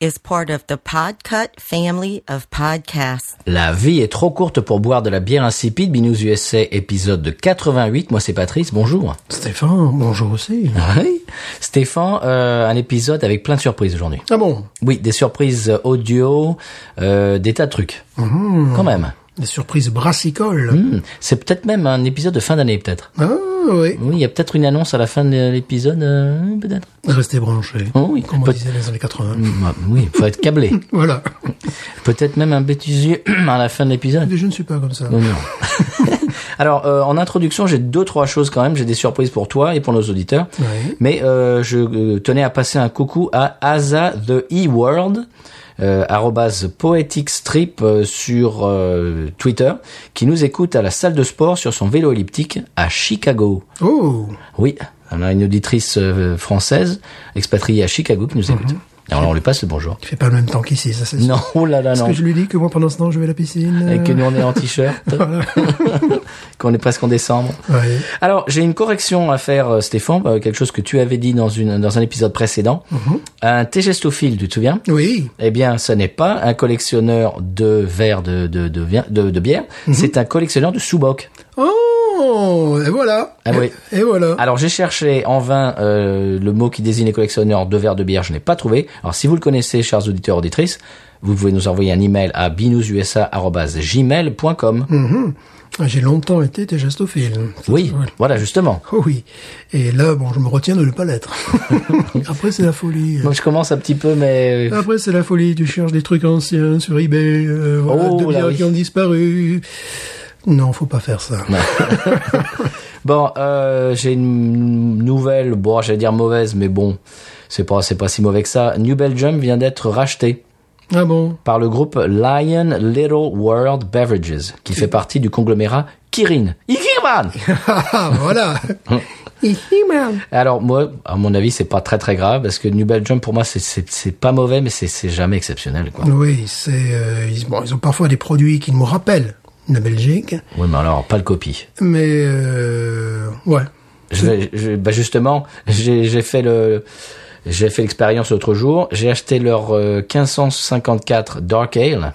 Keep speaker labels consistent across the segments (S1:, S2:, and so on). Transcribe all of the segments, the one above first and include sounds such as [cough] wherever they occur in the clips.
S1: is part of the Podcut family of podcasts.
S2: La vie est trop courte pour boire de la bière insipide. Binous USA, épisode de 88. Moi, c'est Patrice. Bonjour.
S3: Stéphane, bonjour aussi.
S2: Oui. Stéphane, euh, un épisode avec plein de surprises aujourd'hui.
S3: Ah bon
S2: Oui, des surprises audio, euh, des tas de trucs. Quand même.
S3: Des surprises brassicoles.
S2: Hmm. C'est peut-être même un épisode de fin d'année, peut-être.
S3: Ah oui.
S2: Oui, il y a peut-être une annonce à la fin de l'épisode, euh, peut-être.
S3: Restez branchés.
S2: Oh oui,
S3: Comme on
S2: peut-
S3: disait dans les années 80.
S2: Ah, Oui, faut être câblé.
S3: Voilà.
S2: [laughs] peut-être même un bêtisier [clears throat] à la fin de l'épisode.
S3: Mais je ne suis pas comme ça.
S2: Non, non. Alors, euh, en introduction, j'ai deux, trois choses quand même. J'ai des surprises pour toi et pour nos auditeurs.
S3: Ouais.
S2: Mais euh, je euh, tenais à passer un coucou à Asa the E-World, euh, arrobase Poetic Strip euh, sur euh, Twitter, qui nous écoute à la salle de sport sur son vélo elliptique à Chicago.
S3: Oh
S2: Oui, on a une auditrice euh, française expatriée à Chicago qui nous écoute. Alors on lui passe le bonjour.
S3: Il fait pas le même temps qu'ici, ça c'est sûr.
S2: Non, [laughs] oh là là,
S3: Est-ce
S2: non.
S3: que je lui dis que moi pendant ce temps je vais à la piscine
S2: Et que
S3: euh, [laughs]
S2: nous on est en t-shirt, qu'on est presque en décembre.
S3: ouais.
S2: Alors, j'ai une correction à faire, euh, Stéphane, euh, quelque chose que tu avais dit dans, une, dans un épisode précédent.
S3: Mhm.
S2: Un tégestophile, tu te souviens
S3: Oui.
S2: Eh bien, ce n'est pas un collectionneur de verres de, de, de, vi- de- de bière,
S3: Mhm.
S2: c'est un collectionneur de sous-boc.
S3: Oh Et voilà
S2: Ah oui.
S3: Et voilà
S2: Alors, j'ai cherché en vain euh, le mot qui désigne les collectionneurs de verres de bière, je n'ai pas trouvé. Alors, si vous le connaissez, chers auditeurs, auditrices, vous pouvez nous envoyer un email à binoususa.gmail.com.
S3: Mhm. J'ai longtemps été tégestophile.
S2: Oui, voilà, justement.
S3: Oh oui. Et là, bon, je me retiens de ne pas l'être. [laughs] Après, c'est la folie.
S2: Donc, je commence un petit peu, mais...
S3: Après, c'est la folie. Tu cherches des trucs anciens sur eBay, euh, voilà,
S2: Oh,
S3: deux
S2: là,
S3: bières
S2: oui.
S3: qui ont disparu. Non, faut pas faire ça.
S2: Bon, euh, j'ai une nouvelle, bon, j'allais dire mauvaise, mais bon, c'est pas, c'est pas si mauvais que ça. New Belgium vient d'être racheté
S3: Ah bon
S2: par le groupe Lion Little World Beverages, qui fait partie du conglomérat Kirin. Ikirman
S3: Ah, [laughs] voilà Ici, man.
S2: Alors, moi, à mon avis, c'est pas très très grave, parce que New Belgium, pour moi, c'est, c'est, c'est pas mauvais, mais c'est, c'est jamais exceptionnel, quoi.
S3: Oui, c'est... euh, ils, bon, ils ont parfois des produits qui nous rappellent la Belgique,
S2: Oui, mais alors, pas le copie.
S3: mais... euh, ouais.
S2: Je vais- je- bah justement, j'ai j'ai fait le, j'ai fait l'expérience l'autre jour. J'ai acheté leur euh, 1554 Dark Ale.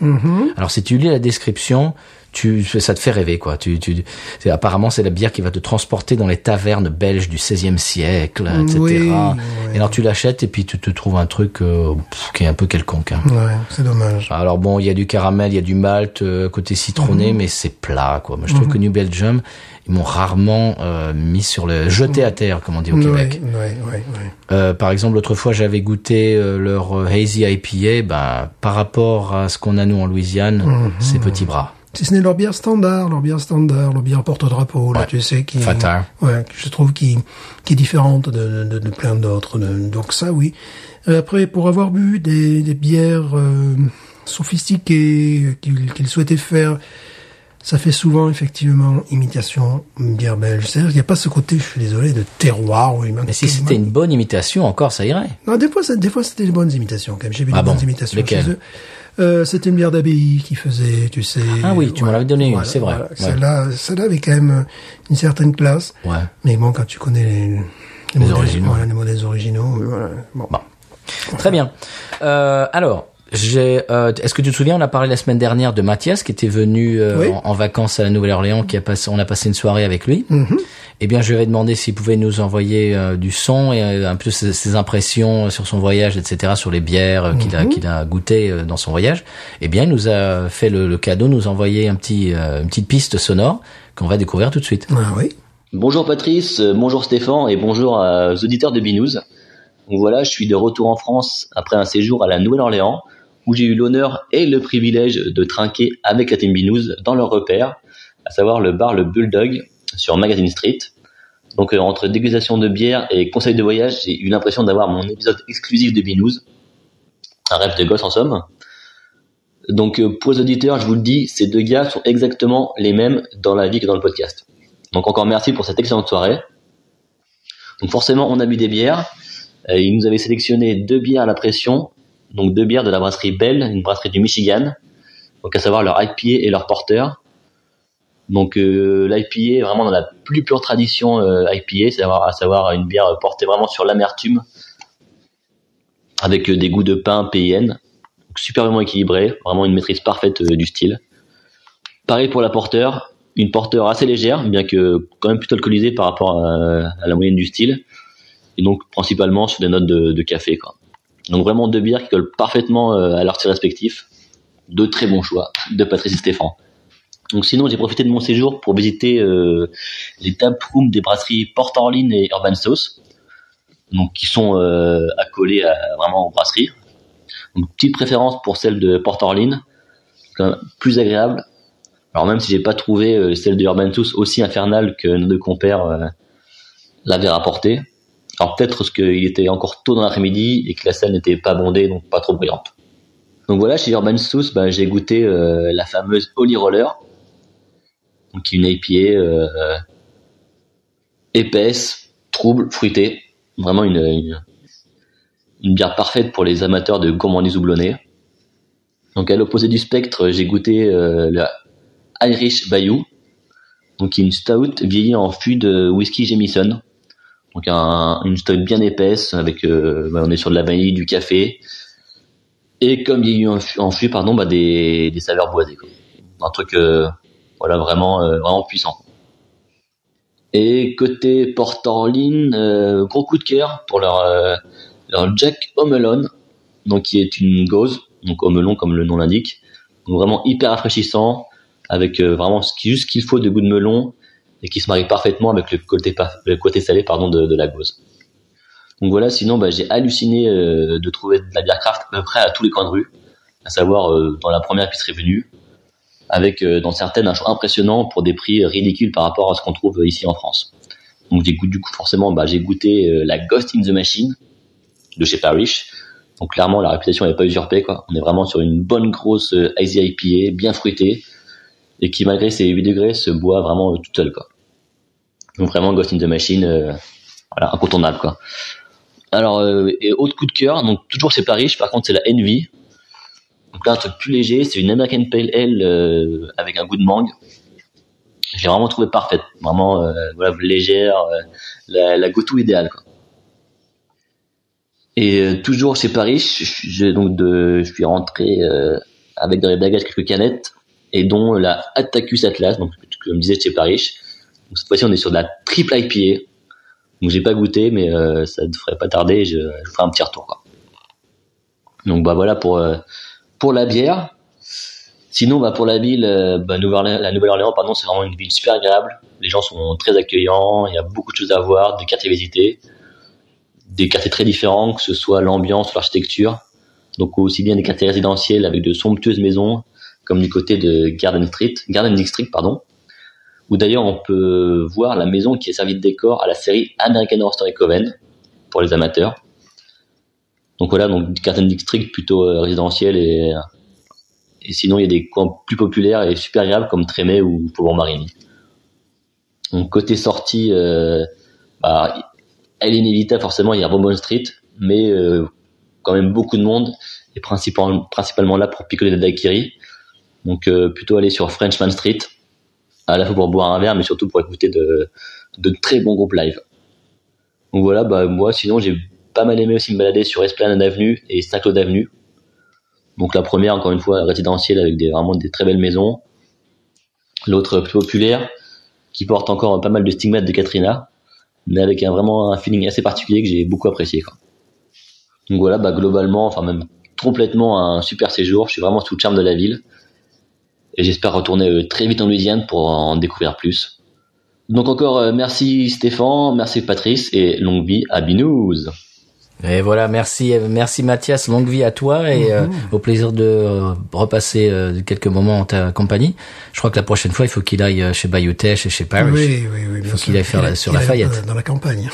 S2: Alors si tu lis la description, tu, ça te fait rêver quoi. Tu, tu, c'est- apparemment c'est la bière qui va te transporter dans les tavernes belges du 16e siècle, etc.
S3: Oui,
S2: Ah, Et alors tu l'achètes et puis tu te trouves un truc euh, pff, qui est un peu quelconque. hein.
S3: Ouais, c'est dommage.
S2: Alors bon, il y a du caramel, il y a du malt euh, côté citronné, mais c'est plat quoi. Moi, je trouve que New Belgium, ils m'ont rarement euh, mis sur le jeté à terre, comme on dit au
S3: Oui,
S2: Québec.
S3: ouais, ouais, ouais.
S2: Euh, par exemple, l'autre fois, j'avais goûté euh, leur euh, hazy IPA, ben par rapport à ce qu'on a nous en Louisiane, c'est petit bras.
S3: Si ce n'est leur bière standard, leur bière standard, leur bière porte-drapeau, là,
S2: Ouais.
S3: tu sais, qui...
S2: Fatale.
S3: Ouais, que je trouve qui, qui est différente de, de, de plein d'autres. de- Donc ça, oui. Euh, Après, pour avoir bu des, des bières euh, sophistiquées euh, qu'ils qu'ils souhaitaient faire, ça fait souvent, effectivement, imitation bière belge. C'est-à-dire qu'il n'y a pas ce côté, je suis désolé, de terroir. Oui,
S2: Mais si c'était une bonne imitation, encore ça irait.
S3: non, des fois, c'est- des fois c'était des bonnes imitations quand même. J'ai vu
S2: Ah
S3: des
S2: bon
S3: bonnes imitations
S2: Lesquelles
S3: chez eux. Euh, c'était une bière d'abbaye qui faisait, tu sais.
S2: Ah oui, tu m'en avais donné une, c'est vrai. Ouais.
S3: Celle-là, celle-là avait quand même une certaine classe.
S2: Ouais.
S3: Mais bon, quand tu connais les, les modèles-
S2: originaux. Bah.
S3: voilà, les modèles originaux, euh, voilà. Bon.
S2: Bon. Très bien. Euh, alors. j'ai, euh, Est-ce que tu te souviens, on a parlé la semaine dernière de Mathias qui était venu euh,
S3: Oui.
S2: en, en vacances à la Nouvelle-Orléans, qui a passé, on a passé une soirée avec lui. Eh bien, je vais demander s'il pouvait nous envoyer euh, du son et euh, un peu ses, ses impressions euh, sur son voyage, etc., sur les bières euh, qu'il a, qu'il a goûtées euh, dans son voyage. Eh bien, il nous a fait le, le cadeau, nous envoyer un petit, euh, une petite piste sonore qu'on va découvrir tout de suite.
S3: Ah oui.
S4: Bonjour Patrice, euh, bonjour Stéphane et bonjour euh, aux auditeurs de Binous. Donc voilà, je suis de retour en France après un séjour à la Nouvelle-Orléans où j'ai eu l'honneur et le privilège de trinquer avec la team Binous dans leur repère, à savoir le bar Le Bulldog sur Magazine Street. Donc euh, entre dégustation de bière et conseil de voyage, j'ai eu l'impression d'avoir mon épisode exclusif de Binous, un rêve de gosse en somme. Donc euh, pour les auditeurs, je vous le dis, ces deux gars sont exactement les mêmes dans la vie que dans le podcast. Donc encore merci pour cette excellente soirée. Donc forcément, on a bu des bières. Euh, ils nous avaient sélectionné deux bières à la pression, donc deux bières de la brasserie Bell, une brasserie du Michigan. Donc à savoir leur IPA et leur porteur. Donc euh, l'IPA est vraiment dans la plus pure tradition euh, IPA, c'est à savoir, à savoir une bière portée vraiment sur l'amertume, avec euh, des goûts de pain PN, donc superbement équilibré, vraiment une maîtrise parfaite euh, du style. Pareil pour la porteur, une porteur assez légère, bien que quand même plutôt alcoolisée par rapport à, à la moyenne du style, et donc principalement sur des notes de, de café. Quoi. Donc vraiment deux bières qui collent parfaitement euh, à leur style respectif, deux très bons choix de Patrice et Stéphane. Donc sinon, j'ai profité de mon séjour pour visiter euh, les taprooms des brasseries Port Orleans et Urban Sauce, donc qui sont euh, accolées à, vraiment aux brasseries. Donc petite préférence pour celle de Port Orleans, quand même plus agréable. Alors même si j'ai pas trouvé euh, celle de Urban Sauce aussi infernale que nos deux compères euh, l'avaient rapporté. Alors peut-être parce qu'il était encore tôt dans l'après-midi et que la salle n'était pas bondée, donc pas trop brillante. Donc voilà, chez Urban Sauce, bah, j'ai goûté euh, la fameuse Holy Roller, donc une IPA euh, euh, épaisse, trouble, fruitée. Vraiment une, une, une bière parfaite pour les amateurs de gourmandise houblonnée. Donc à l'opposé du spectre, j'ai goûté euh, la Irish Bayou, donc qui est une stout vieillie en fût de whisky Jameson. Donc un- une stout bien épaisse avec, euh, bah, on est sur de la vanille, du café et comme vieillie en, fût- en fût, pardon, bah, des, des saveurs boisées. quoi. Un truc euh, voilà vraiment euh, vraiment puissant. Et côté Port Orleans, euh, gros coup de cœur pour leur euh, leur Jack Omelon, donc qui est une gauze, donc omelon comme le nom l'indique, donc vraiment hyper rafraîchissant avec euh, vraiment ce qui- juste ce qu'il faut de goût de melon et qui se marie parfaitement avec le côté pa- le côté salé pardon de, de la gauze. Donc voilà, sinon bah, j'ai halluciné euh, de trouver de la bière craft à peu près à tous les coins de rue, à savoir euh, dans la première piste venue avec euh, dans certaines un choix impressionnant pour des prix ridicules par rapport à ce qu'on trouve euh, ici en France. Donc j'ai goûté- du coup forcément bah, j'ai goûté euh, la Ghost in the Machine de chez Parrish. Donc clairement la réputation n'est pas usurpée quoi. On est vraiment sur une bonne grosse euh, Easy IPA bien fruitée et qui malgré ses 8 degrés se boit vraiment euh, toute seule quoi. Donc vraiment Ghost in the Machine euh, voilà incontournable quoi. Alors euh, et autre coup de cœur donc toujours chez Parrish par contre c'est la Envy donc là, un truc plus léger, c'est une American Pale Ale euh, avec un goût de mangue. J'ai vraiment trouvé parfaite, vraiment euh, voilà, légère, euh, la, la go-to idéale. Quoi. Et euh, toujours chez Paris, je, je- j'ai donc de, je suis rentré euh, avec dans les bagages quelques canettes, et dont euh, la Attacus Atlas, donc comme je disais chez Paris. Donc, cette fois-ci, on est sur de la triple IPA. Donc j'ai pas goûté, mais euh, ça devrait pas tarder. Je, je ferai un petit retour. Quoi. Donc bah voilà pour euh, pour la bière. Sinon, bah, pour la ville, euh, bah, Nouvelle- la Nouvelle-Orléans, pardon, c'est vraiment une ville super agréable. Les gens sont très accueillants, il y a beaucoup de choses à voir, des quartiers visités, des quartiers très différents, que ce soit l'ambiance, l'architecture. Donc aussi bien des quartiers résidentiels avec de somptueuses maisons, comme du côté de Garden Street, Garden District, pardon, où d'ailleurs on peut voir la maison qui est servie de décor à la série American Horror Story Coven pour les amateurs. Donc voilà, donc Garden District plutôt euh, résidentiel et euh, et sinon, il y a des coins plus populaires et super agréables comme Trémé ou Faubourg-Marigny. Donc, côté sortie, euh, bah, elle est inévitable, forcément, il y a Bourbon Street, mais euh, quand même beaucoup de monde, et principalement, principalement là pour picoler des daiquiris. Donc, euh, plutôt aller sur Frenchman Street, à la fois pour boire un verre, mais surtout pour écouter de, de très bons groupes live. Donc voilà, bah, moi, sinon, j'ai pas mal aimé aussi me balader sur Esplanade Avenue et Saint-Claude Avenue. Donc la première, encore une fois, résidentielle avec des, vraiment des très belles maisons. L'autre plus populaire, qui porte encore pas mal de stigmates de Katrina, mais avec un, vraiment un feeling assez particulier que j'ai beaucoup apprécié. quoi. Donc voilà, bah, globalement, enfin même complètement un super séjour. Je suis vraiment sous le charme de la ville. Et j'espère retourner euh, très vite en Louisiane pour en découvrir plus. Donc encore euh, merci Stéphane, merci Patrice et longue vie à Binous.
S2: Et voilà, merci, merci Mathias, longue vie à toi et euh, au plaisir de euh, repasser euh, quelques moments en ta compagnie. Je crois que la prochaine fois, il faut qu'il aille euh, chez Bayutech et chez Parrish.
S3: Oui, oui, oui. bien
S2: Ah Faut
S3: sûr.
S2: qu'il aille faire la-
S3: Il-
S2: sur
S3: il
S2: la
S3: aille
S2: Fayette.
S3: dans- Dans la campagne.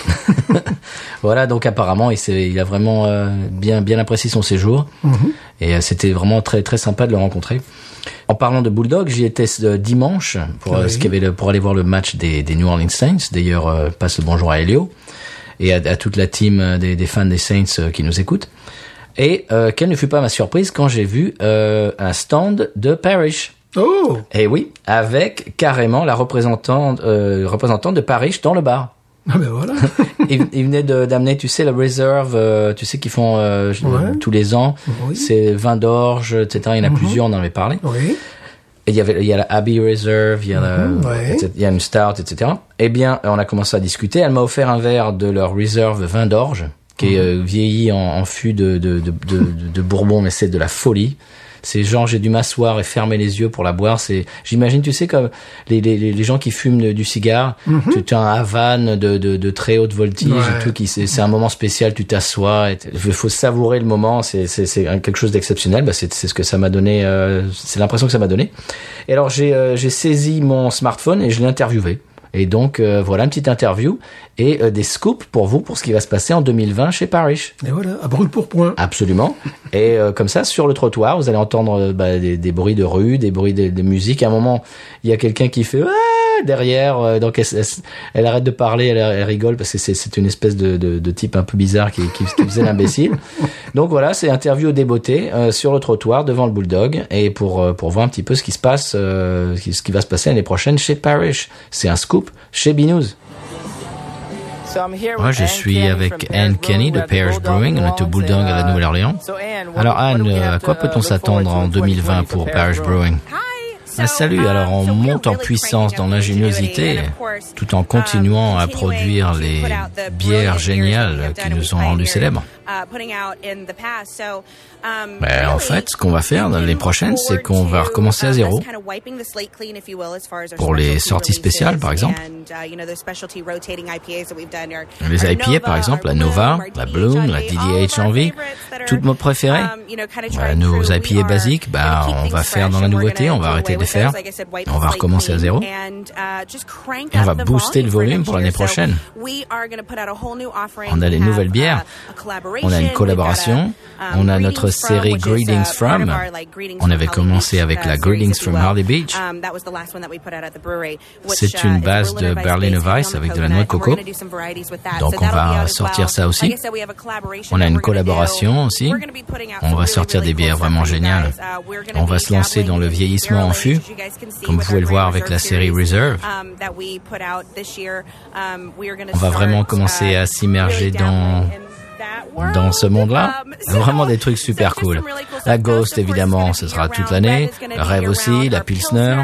S2: Voilà, donc apparemment, il, s'est- il a vraiment euh, bien, bien apprécié son séjour. Et euh, c'était vraiment très, très sympa de le rencontrer. En parlant de Bulldog, j'y étais euh, dimanche pour, euh,
S3: Oui.
S2: ce qu'il y avait le- pour aller voir le match des, des New Orleans Saints. D'ailleurs, euh, passe le bonjour à Elio et à, à toute la team euh, des, des fans des Saints euh, qui nous écoutent. Et euh, quelle ne fut pas ma surprise quand j'ai vu euh, un stand de Parrish.
S3: Oh
S2: Et oui, avec carrément la représentante, euh, représentante de Parrish dans le bar
S3: Ah ben
S2: [laughs]
S3: voilà.
S2: il, il venait de- d'amener, tu sais, la Reserve, euh, tu sais qu'ils font euh, je-
S3: Ouais.
S2: tous les ans.
S3: Oui. Mhm.
S2: C'est vin d'orge, etc. Il y en a plusieurs, on en avait parlé.
S3: Oui.
S2: Et il y avait, il y a la Abbey Reserve, il y a, la-
S3: Mhm, ouais.
S2: etc., il y a une Stout, etc. Eh bien, on a commencé à discuter. Elle m'a offert un verre de leur Reserve vin d'orge, qui est
S3: Mhm.
S2: euh, vieilli en, en fût de, de, de, de, de Bourbon, mais c'est de la folie. C'est genre j'ai dû m'asseoir et fermer les yeux pour la boire. C'est j'imagine tu sais comme les, les, les les gens qui fument de- du cigare, tu tu as un Havane de, de, de très haute voltige,
S3: Mhm. Ouais.
S2: et tout qui c'est c'est un moment spécial. Tu t'assois, il faut savourer le moment. C'est c'est c'est un- quelque chose d'exceptionnel. Bah, c'est c'est ce que ça m'a donné. euh, c'est l'impression que ça m'a donné. Et alors j'ai euh, j'ai saisi mon smartphone et je l'ai interviewé. Et donc euh, voilà une petite interview et euh, des scoops pour vous pour ce qui va se passer en 2020 chez Parrish.
S3: Et voilà, à brûle pour point.
S2: Absolument. Et euh, comme ça, sur le trottoir, vous allez entendre euh, bah, des, des bruits de rue, des bruits de, de musique. À un moment, il y a quelqu'un qui fait Ah derrière. euh, donc elle, elle- elle arrête de parler, elle, elle rigole parce que c'est- c'est une espèce de, de- de type un peu bizarre qui, qui- qui faisait
S5: [laughs]
S2: l'imbécile. Donc voilà, c'est interview des beautés euh, sur le trottoir devant le bulldog et pour euh, pour voir un petit peu ce qui se passe, euh, ce qui- ce qui va se passer l'année prochaine chez Parrish. C'est un scoop chez Binous.
S5: Moi, je suis avec Anne Kenny de Parish Brewing. On est au Bulldog à la Nouvelle-Orléans. Alors, Anne, euh, à quoi peut-on s'attendre en 2020 pour Parish Brewing
S6: Un Bah, salut, alors on monte en puissance dans l'ingéniosité tout en continuant à produire les bières géniales qui nous ont rendus célèbres.
S2: Ben,
S6: Mais en fait, ce qu'on va faire dans les prochaines, c'est qu'on va recommencer à zéro pour les sorties spéciales, par exemple. Les IPA, par exemple, la Nova, la Bloom, la DDH Envie, toutes mes préférées.
S2: Euh,
S6: Euh, nos IPA basiques, bah, on va faire dans la nouveauté, on va arrêter de les faire, on va recommencer à zéro, uh, et on va booster le volume pour l'année prochaine. On a des nouvelles bières, on uh, a une collaboration, on a notre série Greetings From, uh, on avait commencé avec la Greetings From Harley Beach, c'est une base de Berliner Weiss avec de la noix de coco, donc on va sortir ça aussi. On a une collaboration aussi, on va sortir des bières vraiment géniales. On va se lancer dans le vieillissement en fût, comme vous pouvez le voir avec la série Reserve. On va vraiment commencer à s'immerger dans dans ce monde-là. Vraiment des trucs super cool. La Ghost, évidemment, ce sera toute l'année. Le Rêve aussi, la Pilsner,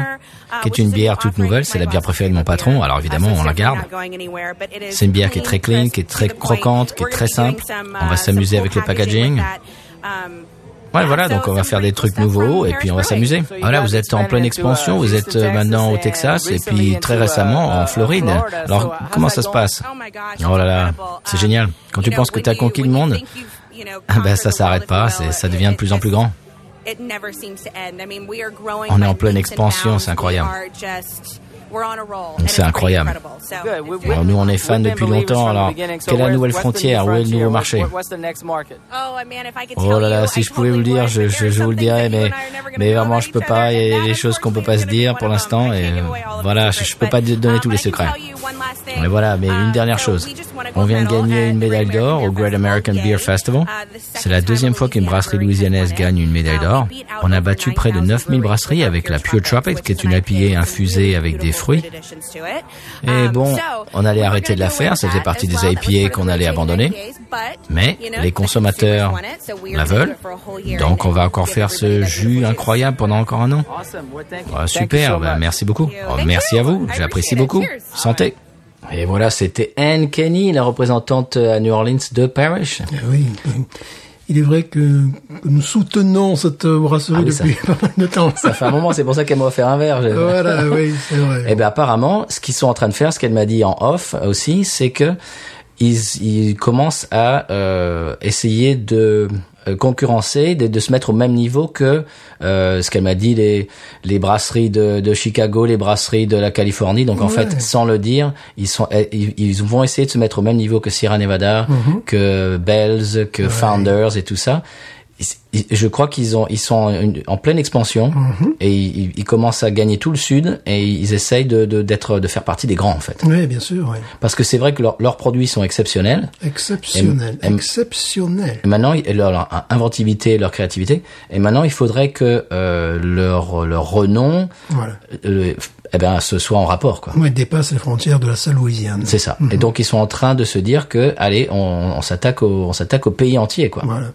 S6: qui est une bière toute nouvelle. C'est la bière préférée de mon patron, alors évidemment, on la garde. C'est une bière qui est très clean, qui est très croquante, qui est très simple. On va s'amuser avec le packaging.
S2: Ouais, voilà, donc on va faire des trucs nouveaux et puis on va s'amuser. Voilà, vous êtes en pleine expansion, vous êtes euh, maintenant au Texas et puis très récemment en Floride. Alors, comment ça se passe
S6: Oh là là, c'est génial. Quand tu penses que tu as conquis le monde,
S2: Ah [laughs]
S6: ah
S2: ben
S6: ben
S2: ça s'arrête pas, c'est- ça devient de plus en plus grand.
S6: On est en pleine expansion, c'est incroyable. C'est incroyable.
S2: Bon, nous, on est fans depuis longtemps, alors quelle est la nouvelle frontière Où est le nouveau marché
S6: Oh là là, si je pouvais vous le dire, je, je, je vous le dirais, mais, mais vraiment, je peux pas. Il y a des choses qu'on peut pas se dire pour l'instant, et euh, voilà, je, je peux pas te donner tous les secrets.
S2: Mais
S6: Mais
S2: voilà, mais une dernière chose. On vient de gagner une médaille d'or au Great American Beer Festival. C'est la deuxième fois qu'une brasserie louisianaise gagne une médaille d'or. On a battu près de 9000 brasseries avec la Pure Tropic, qui est une IPA infusée avec des fruits.
S6: Et bon, on allait arrêter de la faire, ça faisait partie des IPA qu'on allait abandonner. Mais les consommateurs la veulent, donc on va encore faire ce jus incroyable.
S2: pendant encore un an.
S5: Ouais,
S2: Ah, super,
S5: ben,
S2: bah, [laughs] merci beaucoup.
S6: you.
S2: Oh,
S6: Thank
S2: merci
S6: you.
S2: à vous,
S6: I
S2: j'apprécie
S6: appreciate it.
S2: beaucoup.
S6: Cheers.
S2: Santé. Et voilà, c'était Anne Kenny, la représentante à New Orleans de Parrish.
S3: Eh Oui. Il est vrai que, que nous soutenons cette brasserie
S2: Ah oui, ça-
S3: depuis pas mal de temps.
S2: Ça fait un moment, c'est pour ça qu'elle m'a offert un verre. Je-
S3: [laughs] voilà, oui, c'est vrai.
S2: ben, Eh ben apparemment, ce qu'ils sont en train de faire, ce qu'elle m'a dit en off euh, aussi, c'est que ils, ils commencent à euh, essayer de euh, concurrencer, de, de, se mettre au même niveau que euh, ce qu'elle m'a dit, les, les brasseries de, de, Chicago, les brasseries de la Californie. Donc en ouais. fait, sans le dire, ils, sont, eh, ils, ils, vont essayer de se mettre au même niveau que Sierra Nevada, mm -hmm. que Bells, que ouais. Founders et tout ça. Je crois qu'ils ont, ils sont en, en pleine expansion mm -hmm. et ils, ils, commencent à gagner tout le sud et ils essayent de d'être de, de, faire partie des grands en fait.
S3: Oui, bien sûr. Oui.
S2: Parce que c'est vrai que leur, leurs produits sont exceptionnels.
S3: Exceptionnels. Et, exceptionnels.
S2: Et maintenant, leur, leur, inventivité, leur créativité. Et maintenant, il faudrait que euh, leur leur renom, voilà. le, eh ben, ce soit en rapport quoi.
S3: Oui, dépasse les frontières de la salle louisiane.
S2: C'est ça. Mm -hmm. Et donc ils sont en train de se dire que allez, on, on s'attaque au on s'attaque au pays entier quoi.
S3: Voilà.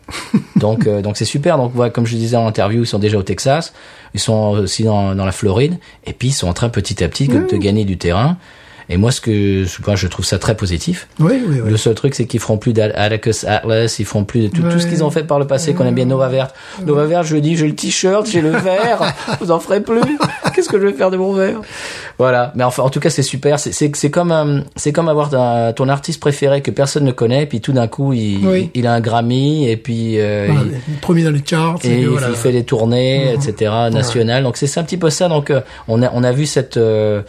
S2: donc euh, donc c'est super. Donc voilà, comme je disais en interview, ils sont déjà au Texas, ils sont aussi dans, dans la Floride, et puis ils sont en train petit à petit mmh. de gagner du terrain. Et moi, ce que enfin, je trouve ça très positif.
S3: Oui, oui, oui.
S2: Le seul truc, c'est qu'ils feront plus d'Atticus Atlas, ils feront plus de tout, tout ce qu'ils ont fait par le passé, qu'on aime bien Nova Verte. Nova Verte, je dis, j'ai le t-shirt, j'ai le verre, vous en ferez plus. Qu'est-ce que je vais faire de mon verre Voilà. Mais enfin, en tout cas, c'est super. C'est comme, euh, c'est comme avoir un, ton artiste préféré que personne ne connaît, puis tout d'un coup, il, il, a un Grammy, et puis
S3: euh, voilà, il, premier dans les charts,
S2: et, et il, voilà. fait des tournées, mmh. etc. nationales. Ouais. Donc c'est un petit peu ça. Donc euh, on a, on a vu cette euh,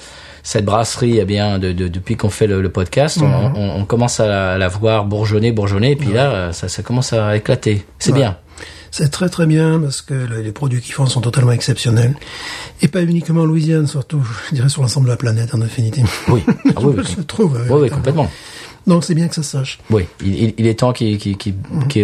S2: cette brasserie, eh bien, de, de, depuis qu'on fait le, le podcast, mmh. on, on, on, commence à la, à la, voir bourgeonner, bourgeonner, et puis ouais. là, euh, ça, ça, commence à éclater. C'est ouais. bien.
S3: C'est très très bien parce que le, les produits qu'ils font sont totalement exceptionnels et pas uniquement en Louisiane, surtout, [laughs] je dirais sur l'ensemble de la planète en définitive. [laughs]
S2: Oui,
S3: ah, oui, oui. se trouve.
S2: Oui, oui complètement.
S3: Donc c'est bien que ça sache.
S2: Oui, il, il est temps qu'il qu qu qu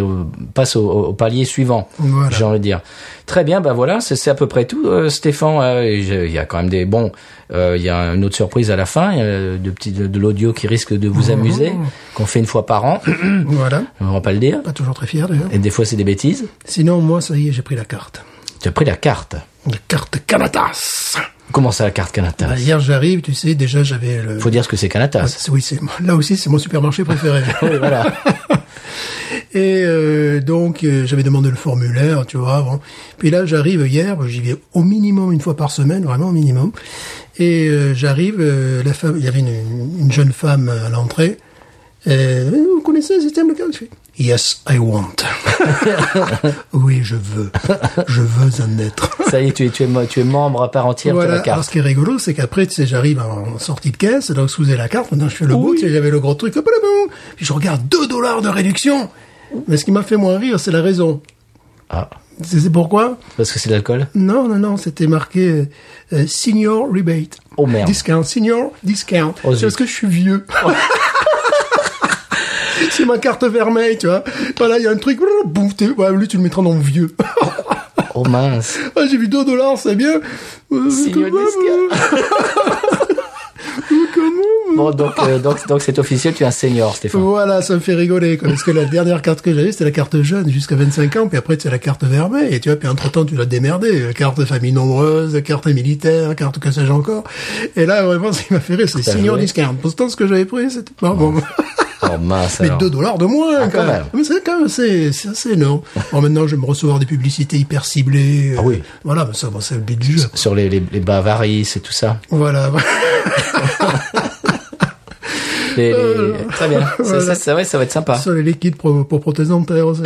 S2: passe au, au, palier suivant, Mhm. voilà. j'ai envie de dire. Très bien, ben voilà, c'est à peu près tout, euh, Stéphane. Euh, il y a quand même des bons. Euh, il y a une autre surprise à la fin, il y a de petits de, de l'audio qui risque de vous mmh. amuser, qu'on fait une fois par an. [clears throat]
S3: voilà.
S2: On va pas le dire.
S3: Pas toujours très fier d'ailleurs.
S2: Et des fois c'est des bêtises.
S3: Sinon moi ça y est, j'ai pris la carte.
S2: Tu as pris la carte.
S3: La carte Canatas.
S2: Comment ça, la carte Canatas
S3: bah, Hier, j'arrive, tu sais, déjà, j'avais le...
S2: Faut dire ce que c'est Canatas.
S3: Ah, oui, c'est, là aussi, c'est mon supermarché préféré.
S2: [laughs] oui, voilà.
S3: Et euh, donc, euh, j'avais demandé le formulaire, tu vois. Bon. Puis là, j'arrive hier, j'y vais au minimum une fois par semaine, vraiment au minimum. Et euh, j'arrive, la femme, il y avait une, une jeune femme à l'entrée. euh, vous connaissez le système de carte Yes, I want. [laughs] oui, je veux. Je veux un être.
S2: Ça y est, tu es, tu es, tu es membre à part entière
S3: voilà.
S2: de la carte.
S3: Alors, ce qui est rigolo, c'est qu'après, tu sais, j'arrive en sortie de caisse, donc sous la carte, maintenant je fais le oui. bout, tu sais, j'avais le gros truc, hop, là, puis je regarde 2 dollars de réduction. Mais ce qui m'a fait moins rire, c'est la raison.
S2: Ah.
S3: C'est pourquoi
S2: Parce que c'est de l'alcool
S3: Non, non, non, c'était marqué euh, senior rebate.
S2: Oh merde.
S3: Discount, senior discount. Oh, c'est parce que je
S2: [laughs]
S3: suis vieux. Oh. c'est ma carte vermeille, tu vois. Voilà, il y a un truc, boum, ouais, lui, tu le mettras dans le vieux. [laughs]
S2: oh mince.
S3: Ah, j'ai vu 2 dollars, c'est bien. Euh,
S2: Signal [laughs]
S3: Comment
S2: Bon, donc, euh, donc, donc c'est officiel, tu es un senior, Stéphane.
S3: Voilà, ça me fait rigoler, quoi, parce que la dernière carte que j'avais, c'était la carte jeune, jusqu'à 25 ans, puis après, c'est la carte vermeille, et tu vois, puis entre-temps, tu l'as démerdé, carte famille nombreuse, carte militaire, carte que sais-je encore, et là, vraiment, ce qui m'a fait rire, c'est senior discount. Pourtant, ce que j'avais pris, c'était pas bon. bon.
S2: Oh mince.
S3: Mais
S2: alors.
S3: 2 dollars de moins,
S2: ah,
S3: quand,
S2: quand, même.
S3: Mais c'est quand même, c'est, c'est assez
S2: [laughs]
S3: énorme. bon, maintenant, je vais me recevoir des publicités hyper ciblées. euh,
S2: Ah oui.
S3: Voilà, mais ça, bon, c'est le but du jeu.
S2: Sur les, les, les Bavaris et tout ça.
S3: Voilà.
S2: les,
S3: Euh,
S2: les... Très
S3: [laughs]
S2: bien. Voilà. Ça, ça, ouais, ça va être sympa.
S3: Sur les liquides pour, pour prothèses
S2: [laughs]
S3: dentaires aussi.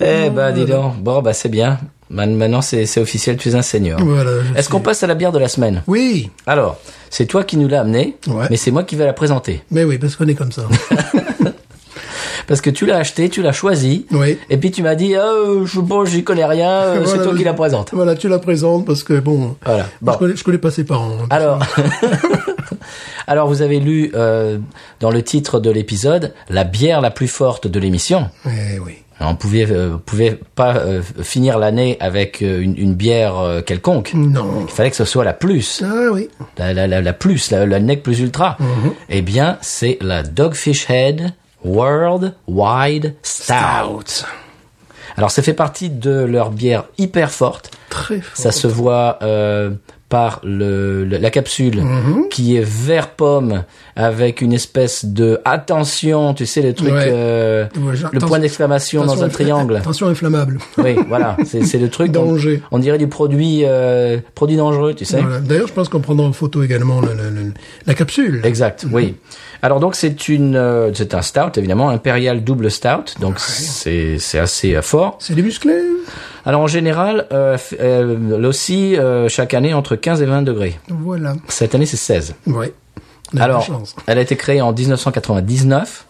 S2: Eh ben, dis donc. Bon, bah, c'est bien. Maintenant, c'est officiel, tu es un seigneur.
S3: Voilà,
S2: Est-ce qu'on passe à la bière de la semaine
S3: Oui.
S2: Alors, c'est toi qui nous l'as amenée,
S3: ouais.
S2: mais c'est moi qui vais la présenter.
S3: Mais oui, parce qu'on est comme ça.
S2: parce que tu l'as acheté, tu l'as choisi,
S3: oui.
S2: et puis tu m'as dit, oh, je bon, j'y connais rien, euh, voilà, c'est toi qui la présente.
S3: Voilà, tu la présentes parce que bon,
S2: voilà.
S3: bon. Je, connais, je, connais, pas ses parents. hein. [laughs]
S2: Alors, alors vous avez lu euh, dans le titre de l'épisode la bière la plus forte de l'émission.
S3: Eh oui.
S2: On pouvait, euh, pouvait pas euh, finir l'année avec euh, une, une, bière quelconque.
S3: Non.
S2: Il fallait que ce soit la plus.
S3: Ah oui.
S2: La, la, la, la plus, la, la neck plus ultra. Mm -hmm. Eh bien, c'est la Dogfish Head World Wide Stout. Stout. Alors, ça fait partie de leur bière hyper forte.
S3: Très forte.
S2: Ça se voit euh, par le, le- la capsule
S3: Mhm.
S2: qui est vert pomme avec une espèce de attention, tu sais le truc
S3: Ouais.
S2: euh,
S3: Ouais, genre,
S2: le point
S3: attention-
S2: d'exclamation dans
S3: attention,
S2: un
S3: infl-
S2: triangle.
S3: Attention
S2: [laughs]
S3: inflammable.
S2: oui, voilà, c'est c'est le truc on,
S3: Danger.
S2: on dirait du produit euh, produit dangereux, tu sais.
S3: Voilà. D'ailleurs, je pense qu'on prendra en photo également le- le- le- la capsule.
S2: Exact,
S3: Mhm.
S2: oui. Alors donc c'est une euh, c'est un stout évidemment, impérial double stout, donc c'est c'est assez euh, fort.
S3: C'est les musclés.
S2: Alors en général, euh, f- euh, elle oscille euh, chaque année entre 15 et 20 degrés.
S3: Voilà.
S2: Cette année c'est 16.
S3: Ouais. On a de la
S2: Alors,
S3: chance.
S2: elle a été créée en 1999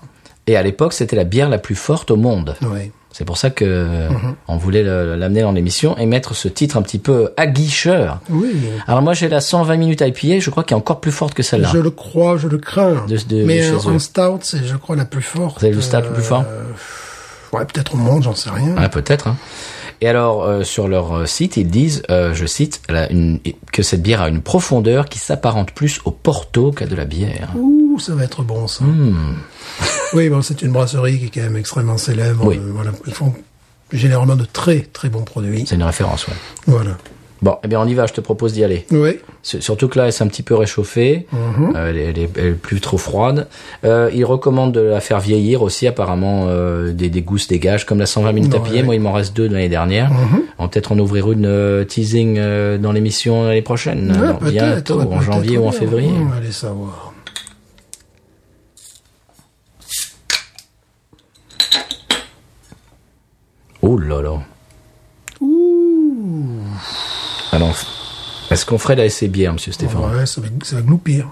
S2: et à l'époque c'était la bière la plus forte au monde.
S3: Ouais.
S2: C'est pour ça que euh,
S3: Mhm.
S2: on voulait le- l'amener dans l'émission et mettre ce titre un petit peu aguicheur.
S3: Oui.
S2: Alors moi j'ai la 120 minutes IPA, je crois qu'elle est encore plus forte que celle-là.
S3: Je le crois, je le crains.
S2: De- de-
S3: Mais
S2: de chez
S3: euh, en
S2: eux.
S3: stout, c'est, je crois, la plus forte.
S2: C'est le stout le plus fort
S3: euh, Ouais, peut-être au monde, j'en sais rien.
S2: Ouais, peut-être. hein. Et alors, euh, sur leur euh, site, ils disent, euh, je cite, elle a une- que cette bière a une profondeur qui s'apparente plus au porto qu'à de la bière.
S3: Ouh, ça va être bon, ça.
S2: Hmm.
S3: [laughs] oui, bon, c'est une brasserie qui est quand même extrêmement célèbre.
S2: Oui.
S3: Euh, voilà, ils font généralement de très, très bons produits.
S2: C'est une référence, ouais.
S3: Voilà.
S2: Bon, eh bien, on y va, je te propose d'y aller.
S3: Oui.
S2: S- Surtout que là, elle s'est un petit peu réchauffée, Euh, elle, est, elle est- elle est plus trop froide. Euh, ils recommandent de la faire vieillir aussi, apparemment, euh, des, des gousses dégagent, comme la 120 000 tapillés.
S3: Ouais, ouais.
S2: Moi, il m'en reste deux de l'année dernière. On va peut-être en ouvrir une euh, teasing euh, dans l'émission l'année prochaine,
S3: Ouais,
S2: Alors, bientôt,
S3: ouais,
S2: en
S3: peut-être
S2: janvier ou en
S3: bien.
S2: février.
S3: On va aller savoir.
S2: Oh là là. Alors, est-ce qu'on ferait la SC bière, monsieur Stéphane
S3: Ouais, ça va, ça va gloupir.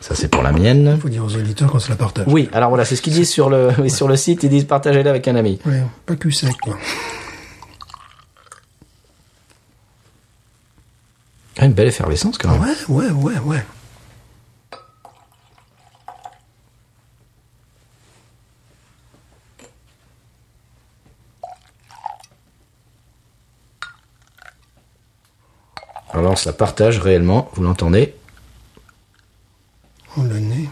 S2: Ça, c'est pour la mienne.
S3: Il faut dire aux auditeurs qu'on se la partage.
S2: Oui, alors voilà, c'est ce qu'ils disent sur le, [laughs] oui, sur le site. Ils disent partagez-la avec un ami.
S3: Ouais, pas cul sec, quoi.
S2: Ah, une belle effervescence, quand même.
S3: Ouais, ouais, ouais, ouais.
S2: Alors, ça partage réellement, vous l'entendez.
S3: On Oh, le nez.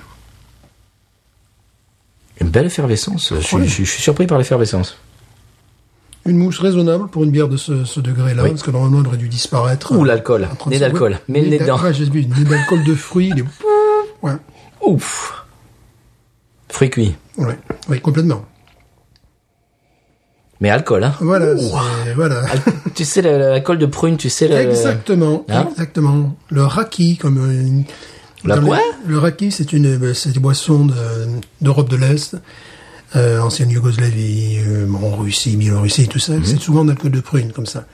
S2: Une belle effervescence. Je, suis-
S3: Oui.
S2: je suis- je suis surpris par l'effervescence.
S3: Une mousse raisonnable pour une bière de ce, ce degré-là,
S2: Oui.
S3: parce que normalement, elle aurait dû disparaître.
S2: Ouh, l'alcool.
S3: À 30
S2: Nez d'alcool.
S3: secondes.
S2: Mets le nez
S3: d'a-
S2: dedans.
S3: Ouais, j'ai vu, nez d'alcool de fruits. il est-
S2: [laughs]
S3: Ouais,
S2: Ouf Fruit cuit.
S3: ouais, ouais, complètement.
S2: Mais alcool, hein
S3: Voilà, c'est- voilà. [laughs]
S2: Tu sais, la- la- l'alcool de prune, tu sais... le-
S3: Exactement,
S2: Ah, Hein
S3: exactement. Le raki, comme une...
S2: La
S3: dans les-
S2: quoi
S3: Le raki, c'est une, bah, c'est une boisson de- d'Europe de, l'Est, euh, ancienne Yougoslavie, euh, en Russie, Biélorussie, tout ça.
S2: Mhm.
S3: C'est souvent de l'alcool de prune, comme ça.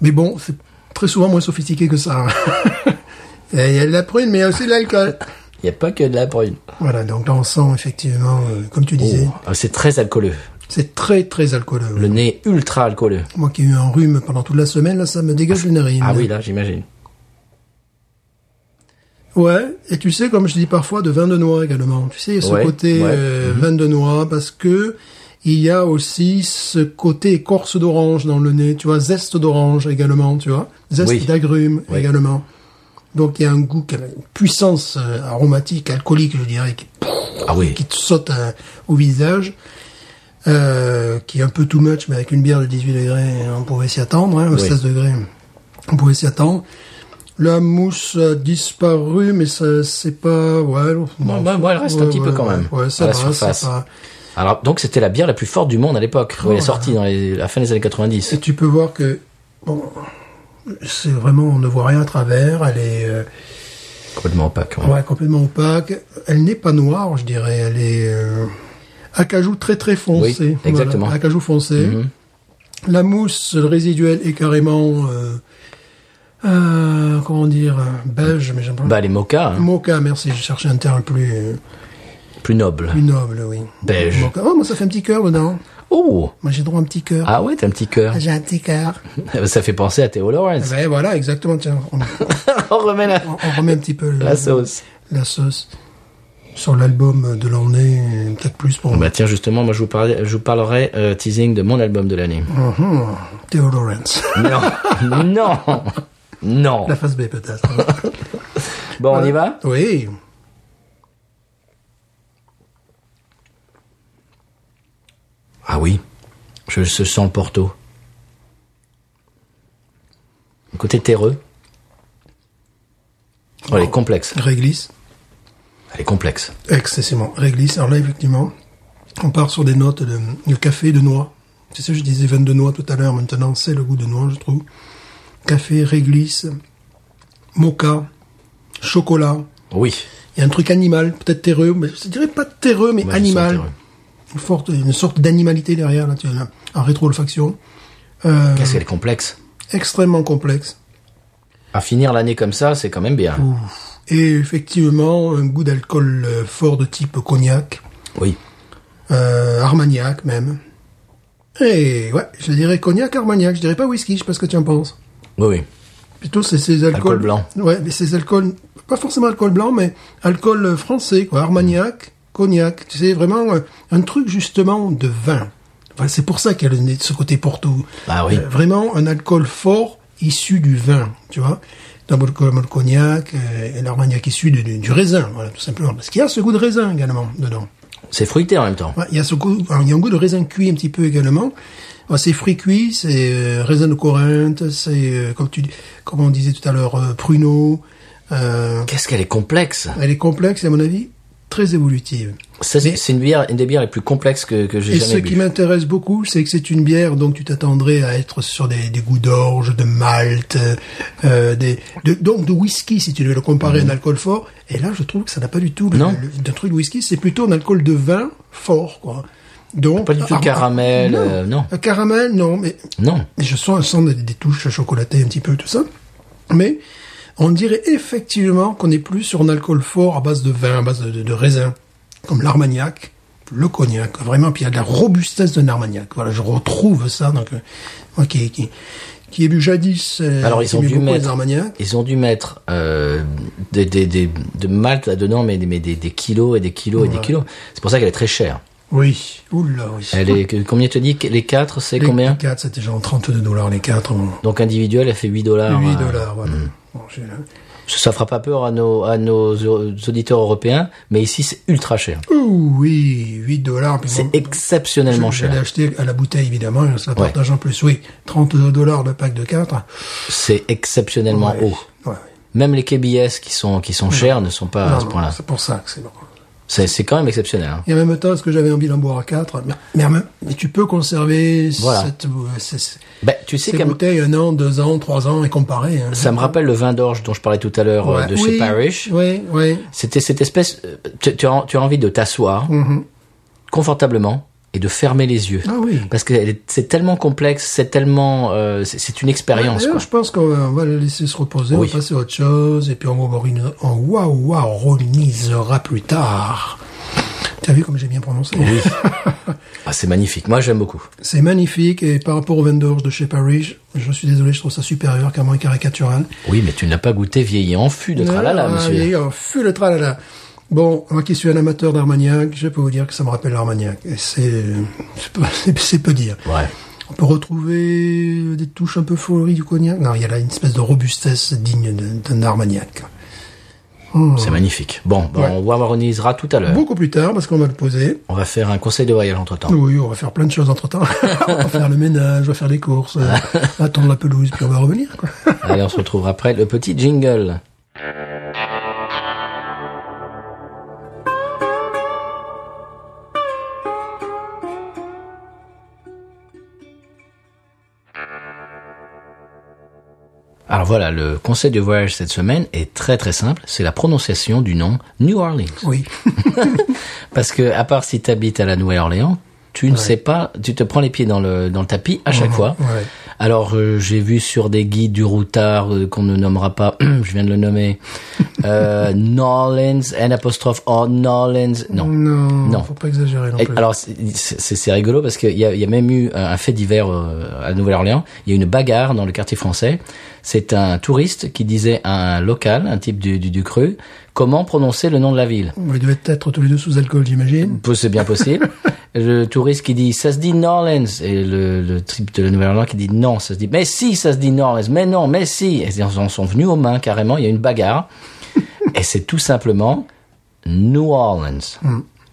S3: Mais bon, c'est très souvent moins sophistiqué que ça. [laughs] Il y a de la prune, mais il y a aussi de l'alcool.
S2: Il n'y a pas que de la prune.
S3: Voilà, donc là on sent effectivement, euh, comme tu disais,
S2: Oh, ah, c'est très alcooleux.
S3: c'est très très alcooleux.
S2: Le nez ultra alcooleux.
S3: Moi qui ai eu un rhume pendant toute la semaine, là ça me dégage les narines.
S2: Ah oui, là, j'imagine.
S3: Ouais, et tu sais, comme je dis parfois, de vin de noix également. Tu sais, il y a ce
S2: Ouais,
S3: côté
S2: ouais. Mhm.
S3: euh, vin de noix, parce que il y a aussi ce côté écorce d'orange dans le nez, tu vois, zeste d'orange également, tu vois, zeste
S2: Oui.
S3: d'agrumes
S2: Oui.
S3: également. Donc il y a un goût, qui a une puissance euh, aromatique, alcoolique, je dirais, qui
S2: Ah oui.
S3: qui te saute à- au visage, euh, qui est un peu too much, mais avec une bière de 18 degrés, on pouvait s'y attendre, hein, au
S2: Oui.
S3: 16 degrés, on pouvait s'y attendre. La mousse a disparu, mais ça, c'est pas, ouais.
S2: Bon, bah, ouais, elle reste un petit peu quand même,
S3: Ouais, ça
S2: à la
S3: va,
S2: surface.
S3: c'est pas.
S2: Alors, donc, c'était la bière la plus forte du monde à l'époque. Oui, elle est
S3: Oh là
S2: sortie dans les, la fin des années
S3: Et
S2: 90.
S3: tu peux voir que, bon, c'est vraiment, on ne voit rien à travers, elle est, euh,
S2: Complètement opaque. ouais.
S3: Ouais, complètement opaque. Elle n'est pas noire, je dirais. Elle est euh, acajou très très foncé.
S2: Oui, exactement. Mhm.
S3: Voilà, acajou foncé. La mousse résiduelle est carrément, euh, euh, comment dire, beige, mais j'aime pas.
S2: Bah, les mocha, hein,
S3: Mocha, merci. Je cherchais un terme plus, euh,
S2: plus noble.
S3: plus noble, oui.
S2: Beige.
S3: Mocha. Oh, moi ça fait un petit cœur dedans.
S2: Oh
S3: Moi j'ai droit à un petit cœur.
S2: Ah ouais, t'as un petit cœur.
S3: J'ai un petit cœur.
S2: Ça fait penser à Théo Lawrence.
S3: Ben voilà, exactement. Tiens, on,
S2: [laughs] On remet la,
S3: on- on remet un petit peu
S2: [laughs]
S3: le-
S2: la sauce.
S3: La sauce. Sur l'album de l'année, peut-être plus pour
S2: Bah tiens, justement, moi, je vous, parlais, je vous parlerai euh, teasing de mon album de l'année.
S3: Mhm. Theo Lawrence.
S2: Non [laughs] Non Non
S3: La face B peut-être.
S2: Bon, [laughs] on y va
S3: oui.
S2: Ah oui. Je, je sens le porto. le côté terreux. Oh, elle est complexe.
S3: Réglisse.
S2: Elle est complexe.
S3: Excessivement. Réglisse. Alors là, effectivement, on part sur des notes de, de café, de noix. C'est ça, je disais 22 noix tout à l'heure. Maintenant, c'est le goût de noix, je trouve. Café, réglisse, mocha, chocolat.
S2: Oui.
S3: Il y a un truc animal, peut-être terreux, mais je dirais pas terreux, mais
S2: Ouais, je sens
S3: animal.
S2: terreux.
S3: Une, forte, une sorte d'animalité derrière, là, tu as là, en rétro-olfaction. Euh,
S2: Qu'est-ce qu'elle est complexe.
S3: extrêmement complexe.
S2: À finir l'année comme ça, c'est quand même bien.
S3: Et effectivement, un goût d'alcool euh, fort de type cognac,
S2: Oui.
S3: euh, armagnac même. Et ouais, je dirais cognac, armagnac, je dirais pas whisky, je sais pas ce que tu en penses.
S2: Oui, oui.
S3: Plutôt, c'est ces alcools.
S2: Alcool blanc.
S3: Ouais, mais ces alcools, pas forcément alcool blanc, mais alcool euh, français, quoi. Armagnac, cognac. Tu sais, vraiment euh, un truc, justement, de vin. Enfin, c'est pour ça qu'il y a le- ce côté Porto. Euh,
S2: Ah oui.
S3: vraiment un alcool fort issu du vin, tu vois. Comme le, comme le cognac euh, et l'armagnac issu du, du- du raisin, voilà, tout simplement. Parce qu'il y a ce goût de raisin également dedans.
S2: C'est fruité en même temps.
S3: Ouais, il y a ce goût, alors, il y a un goût de raisin cuit un petit peu également. Ouais, C'est fruits cuits, c'est euh, raisin de Corinthe, c'est euh, comme tu dis- comme on disait tout à l'heure euh, pruneau. Euh,
S2: Qu'est-ce qu'elle est complexe.
S3: elle est complexe et à mon avis très évolutive.
S2: Ça, C'est
S3: Mais-
S2: c'est une bière, une des bières les plus complexes que, que j'ai
S3: Et ce
S2: jamais
S3: qui
S2: bu.
S3: m'intéresse beaucoup, c'est que c'est une bière, donc tu t'attendrais à être sur des, des goûts d'orge, de malt, euh, des, de, donc de whisky si tu devais le comparer à un alcool fort. Et là, je trouve que ça n'a pas du tout le,
S2: Mhm. Non.
S3: le- d'un truc de whisky, c'est plutôt un alcool de vin fort, quoi. Donc
S2: Pas du tout
S3: ah, ah,
S2: caramel,
S3: non.
S2: euh, non.
S3: Un caramel, non, mais
S2: Non.
S3: et je sens un sens des, des touches chocolatées un petit peu, tout ça. Mais on dirait effectivement qu'on est plus sur un alcool fort à base de vin, à base de, de- de raisin, comme l'armagnac, le cognac, vraiment. Puis il y a de la robustesse d'un armagnac. Voilà, je retrouve ça. Donc, euh, moi qui, qui, qui ai bu jadis, euh,
S2: Alors
S3: qui
S2: ils ont
S3: aimais
S2: dû
S3: beaucoup les
S2: mettre,
S3: armagnacs.
S2: ils ont dû mettre euh, des, des, des, de malt là-dedans, mais, des- mais des, des kilos et des kilos et des kilos. C'est pour ça qu'elle est très chère.
S3: Oui, oula, oui.
S2: Elle est que- combien te dis que les quatre, c'est
S3: les,
S2: combien
S3: les quatre, c'était genre 32 dollars les quatre. Bon.
S2: Donc individuel, elle fait 8 dollars.
S3: 8
S2: hein.
S3: dollars, voilà. Bon, j'ai là.
S2: Ça, ça fera pas peur à nos à nos eu- auditeurs européens, mais ici c'est ultra cher.
S3: Ouh, oui, 8 dollars. puis
S2: C'est
S3: Ah bon,
S2: exceptionnellement
S3: Je, je
S2: cher.
S3: l'ai acheté à la bouteille, évidemment, et on se la
S2: Ouais.
S3: partage en plus. Oui, 32 dollars le pack de 4.
S2: C'est exceptionnellement haut.
S3: Ouais.
S2: Même les KBS qui sont qui sont chers ne sont pas
S3: Non,
S2: Ah, à ce
S3: non,
S2: point-là.
S3: c'est pour ça que c'est bon.
S2: C'est c'est quand même exceptionnel. hein.
S3: Et en même temps, est-ce que j'avais envie d'en boire à 4 mais, mais, en même- mais tu peux conserver
S2: Voilà.
S3: cette, euh, ces- ces-
S2: Ben, tu sais
S3: ces
S2: quand même-
S3: bouteilles un an, deux ans, trois ans et comparer. hein.
S2: ça me rappelle le vin d'orge dont je parlais tout à l'heure euh,
S3: Ouais.
S2: de
S3: oui,
S2: chez Parrish.
S3: Oui, oui.
S2: C'était cette espèce. euh, Tu, tu as, tu as envie de t'asseoir confortablement et de fermer les yeux.
S3: Mm-hmm. Ah oui.
S2: Parce que elle est- c'est tellement complexe, c'est tellement, euh, c'est c'est une expérience.
S3: D'ailleurs,
S2: quoi.
S3: je pense qu'on va, on va la laisser se reposer,
S2: Oui.
S3: on va passer à autre chose, et puis on va revenir- on waouh, waouh, remisera plus tard. T'as vu comme j'ai bien prononcé
S2: Ah, c'est magnifique. Moi, j'aime beaucoup.
S3: C'est magnifique et par rapport au vin d'orge de chez Paris, je suis désolé, je trouve ça supérieur, car moins caricatural.
S2: Oui, mais tu ne l'as pas goûté vieilli en fût de tralala,
S3: Ah,
S2: monsieur.
S3: oui, on fut le tralala. Bon, moi qui suis un amateur d'Armagnac, je peux vous dire que ça me rappelle l'Armagnac. Et c'est, c'est peu- c'est- [laughs] c'est peu dire.
S2: Ouais.
S3: On peut retrouver des touches un peu fleuries du cognac. Non, il y a là une espèce de robustesse digne de- d'un Armagnac.
S2: C'est magnifique. Bon, ben,
S3: Ouais.
S2: on va avoir une isera tout à l'heure.
S3: Beaucoup plus tard, parce qu'on va le poser.
S2: On va faire un conseil de voyage entre temps.
S3: Oui, on va faire plein de choses entre temps. [laughs] on va faire le ménage, on va faire les
S2: [laughs]
S3: courses, euh, attendre la pelouse, puis on va revenir, quoi.
S2: Allez, on se retrouve après le petit jingle. Alors voilà, le conseil de voyage cette semaine est très très simple, c'est la prononciation du nom New Orleans.
S3: Oui.
S2: Parce que à part si tu habites à la Nouvelle-Orléans, tu ne sais pas, tu te prends les pieds dans le, dans le tapis à chaque fois.
S3: Ouais.
S2: Alors euh, j'ai vu sur des guides du routard euh, qu'on ne nommera pas, [clears throat] je viens de le
S3: [laughs]
S2: nommer, euh, Nolens, N apostrophe O, Nolens, non.
S3: Non,
S2: Non.
S3: faut pas exagérer non
S2: Et
S3: plus.
S2: alors c'est- c'est c'est rigolo parce qu'il y a, il y a même eu un un fait divers euh, à Nouvelle-Orléans. Il y a eu une bagarre dans le quartier français. C'est un touriste qui disait à un local, un type du, du, du creux, comment prononcer le nom de la ville.
S3: Ils devaient être tous les deux sous alcool, j'imagine.
S2: Peu- C'est bien
S3: [laughs]
S2: possible. le touriste qui dit ça se dit Norlands et le, le type de la Nouvelle-Orléans qui dit non, ça se dit mais si, ça se dit Norlands, mais non, mais si. Et ils en sont venus aux mains carrément. Il y a une
S3: [laughs]
S2: bagarre et c'est tout simplement New Orleans.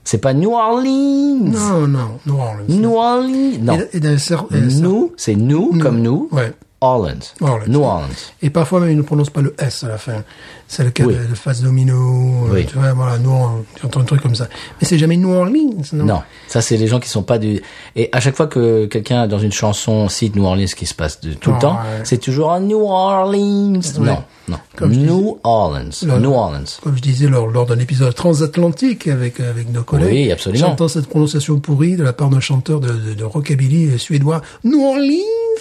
S2: C'est pas New Orleans.
S3: Hmm. Non, non, non.
S2: New Orleans. Mm. Non.
S3: Et, et d'un cer- et d'un cer-
S2: Nous, c'est nous, comme nous.
S3: Ouais.
S2: Orleans.
S3: Orleans.
S2: New Orleans.
S3: Et parfois, même, ils ne prononcent pas le S à la fin. C'est le cas
S2: Oui.
S3: de, de Face Domino. euh,
S2: Oui.
S3: Tu vois, voilà, New Orleans. Tu entends un truc comme ça. Mais c'est jamais New Orleans, non?
S2: Non, ça c'est les gens qui sont pas du. Et à chaque fois que quelqu'un dans une chanson cite New Orleans, ce qui se passe de, tout
S3: Ah, Ouais.
S2: le temps, c'est toujours un New Orleans. Non, non.
S3: Comme je
S2: New Orleans,
S3: Le-
S2: New Orleans.
S3: Comme je disais lors, lors d'un épisode transatlantique avec, avec nos collègues.
S2: Oui, absolument.
S3: J'entends cette prononciation pourrie de la part d'un chanteur de, de, de rockabilly suédois. New Orleans!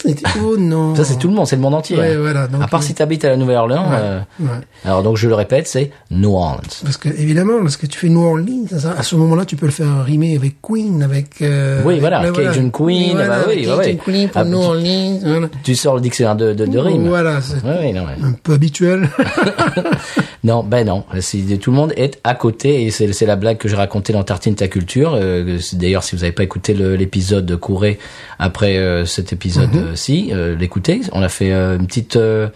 S3: Et tu- Oh non!
S2: Ça c'est tout le monde, c'est le monde entier.
S3: Ouais,
S2: hein.
S3: voilà, donc,
S2: à part
S3: euh,
S2: si t'habites à la Nouvelle-Orléans. euh,
S3: ouais.
S2: Alors donc je le répète, c'est New Orleans.
S3: Parce que évidemment, lorsque tu fais New Orleans, ça, à ce moment-là, tu peux le faire rimer avec Queen, avec euh,
S2: Oui,
S3: avec-
S2: voilà,
S3: là,
S2: Cajun Queen, bah oui,
S3: avec
S2: bah
S3: Cajun
S2: oui.
S3: Queen pour
S2: Ah,
S3: New
S2: tu-
S3: Orleans, voilà.
S2: Tu sors le dictionnaire de, de, de rimes.
S3: Voilà, c'est
S2: Ouais, ouais, non, ouais.
S3: un peu
S2: [laughs]
S3: habituel.
S2: Non, ben non. C'est- Tout le monde est à côté et c'est c'est la blague que j'ai racontée dans Tartine ta culture. Euh, c'est- D'ailleurs, si vous n'avez pas écouté le- l'épisode de Couré après euh, cet épisode-ci, l'écoutez. On a fait euh, une petite, euh,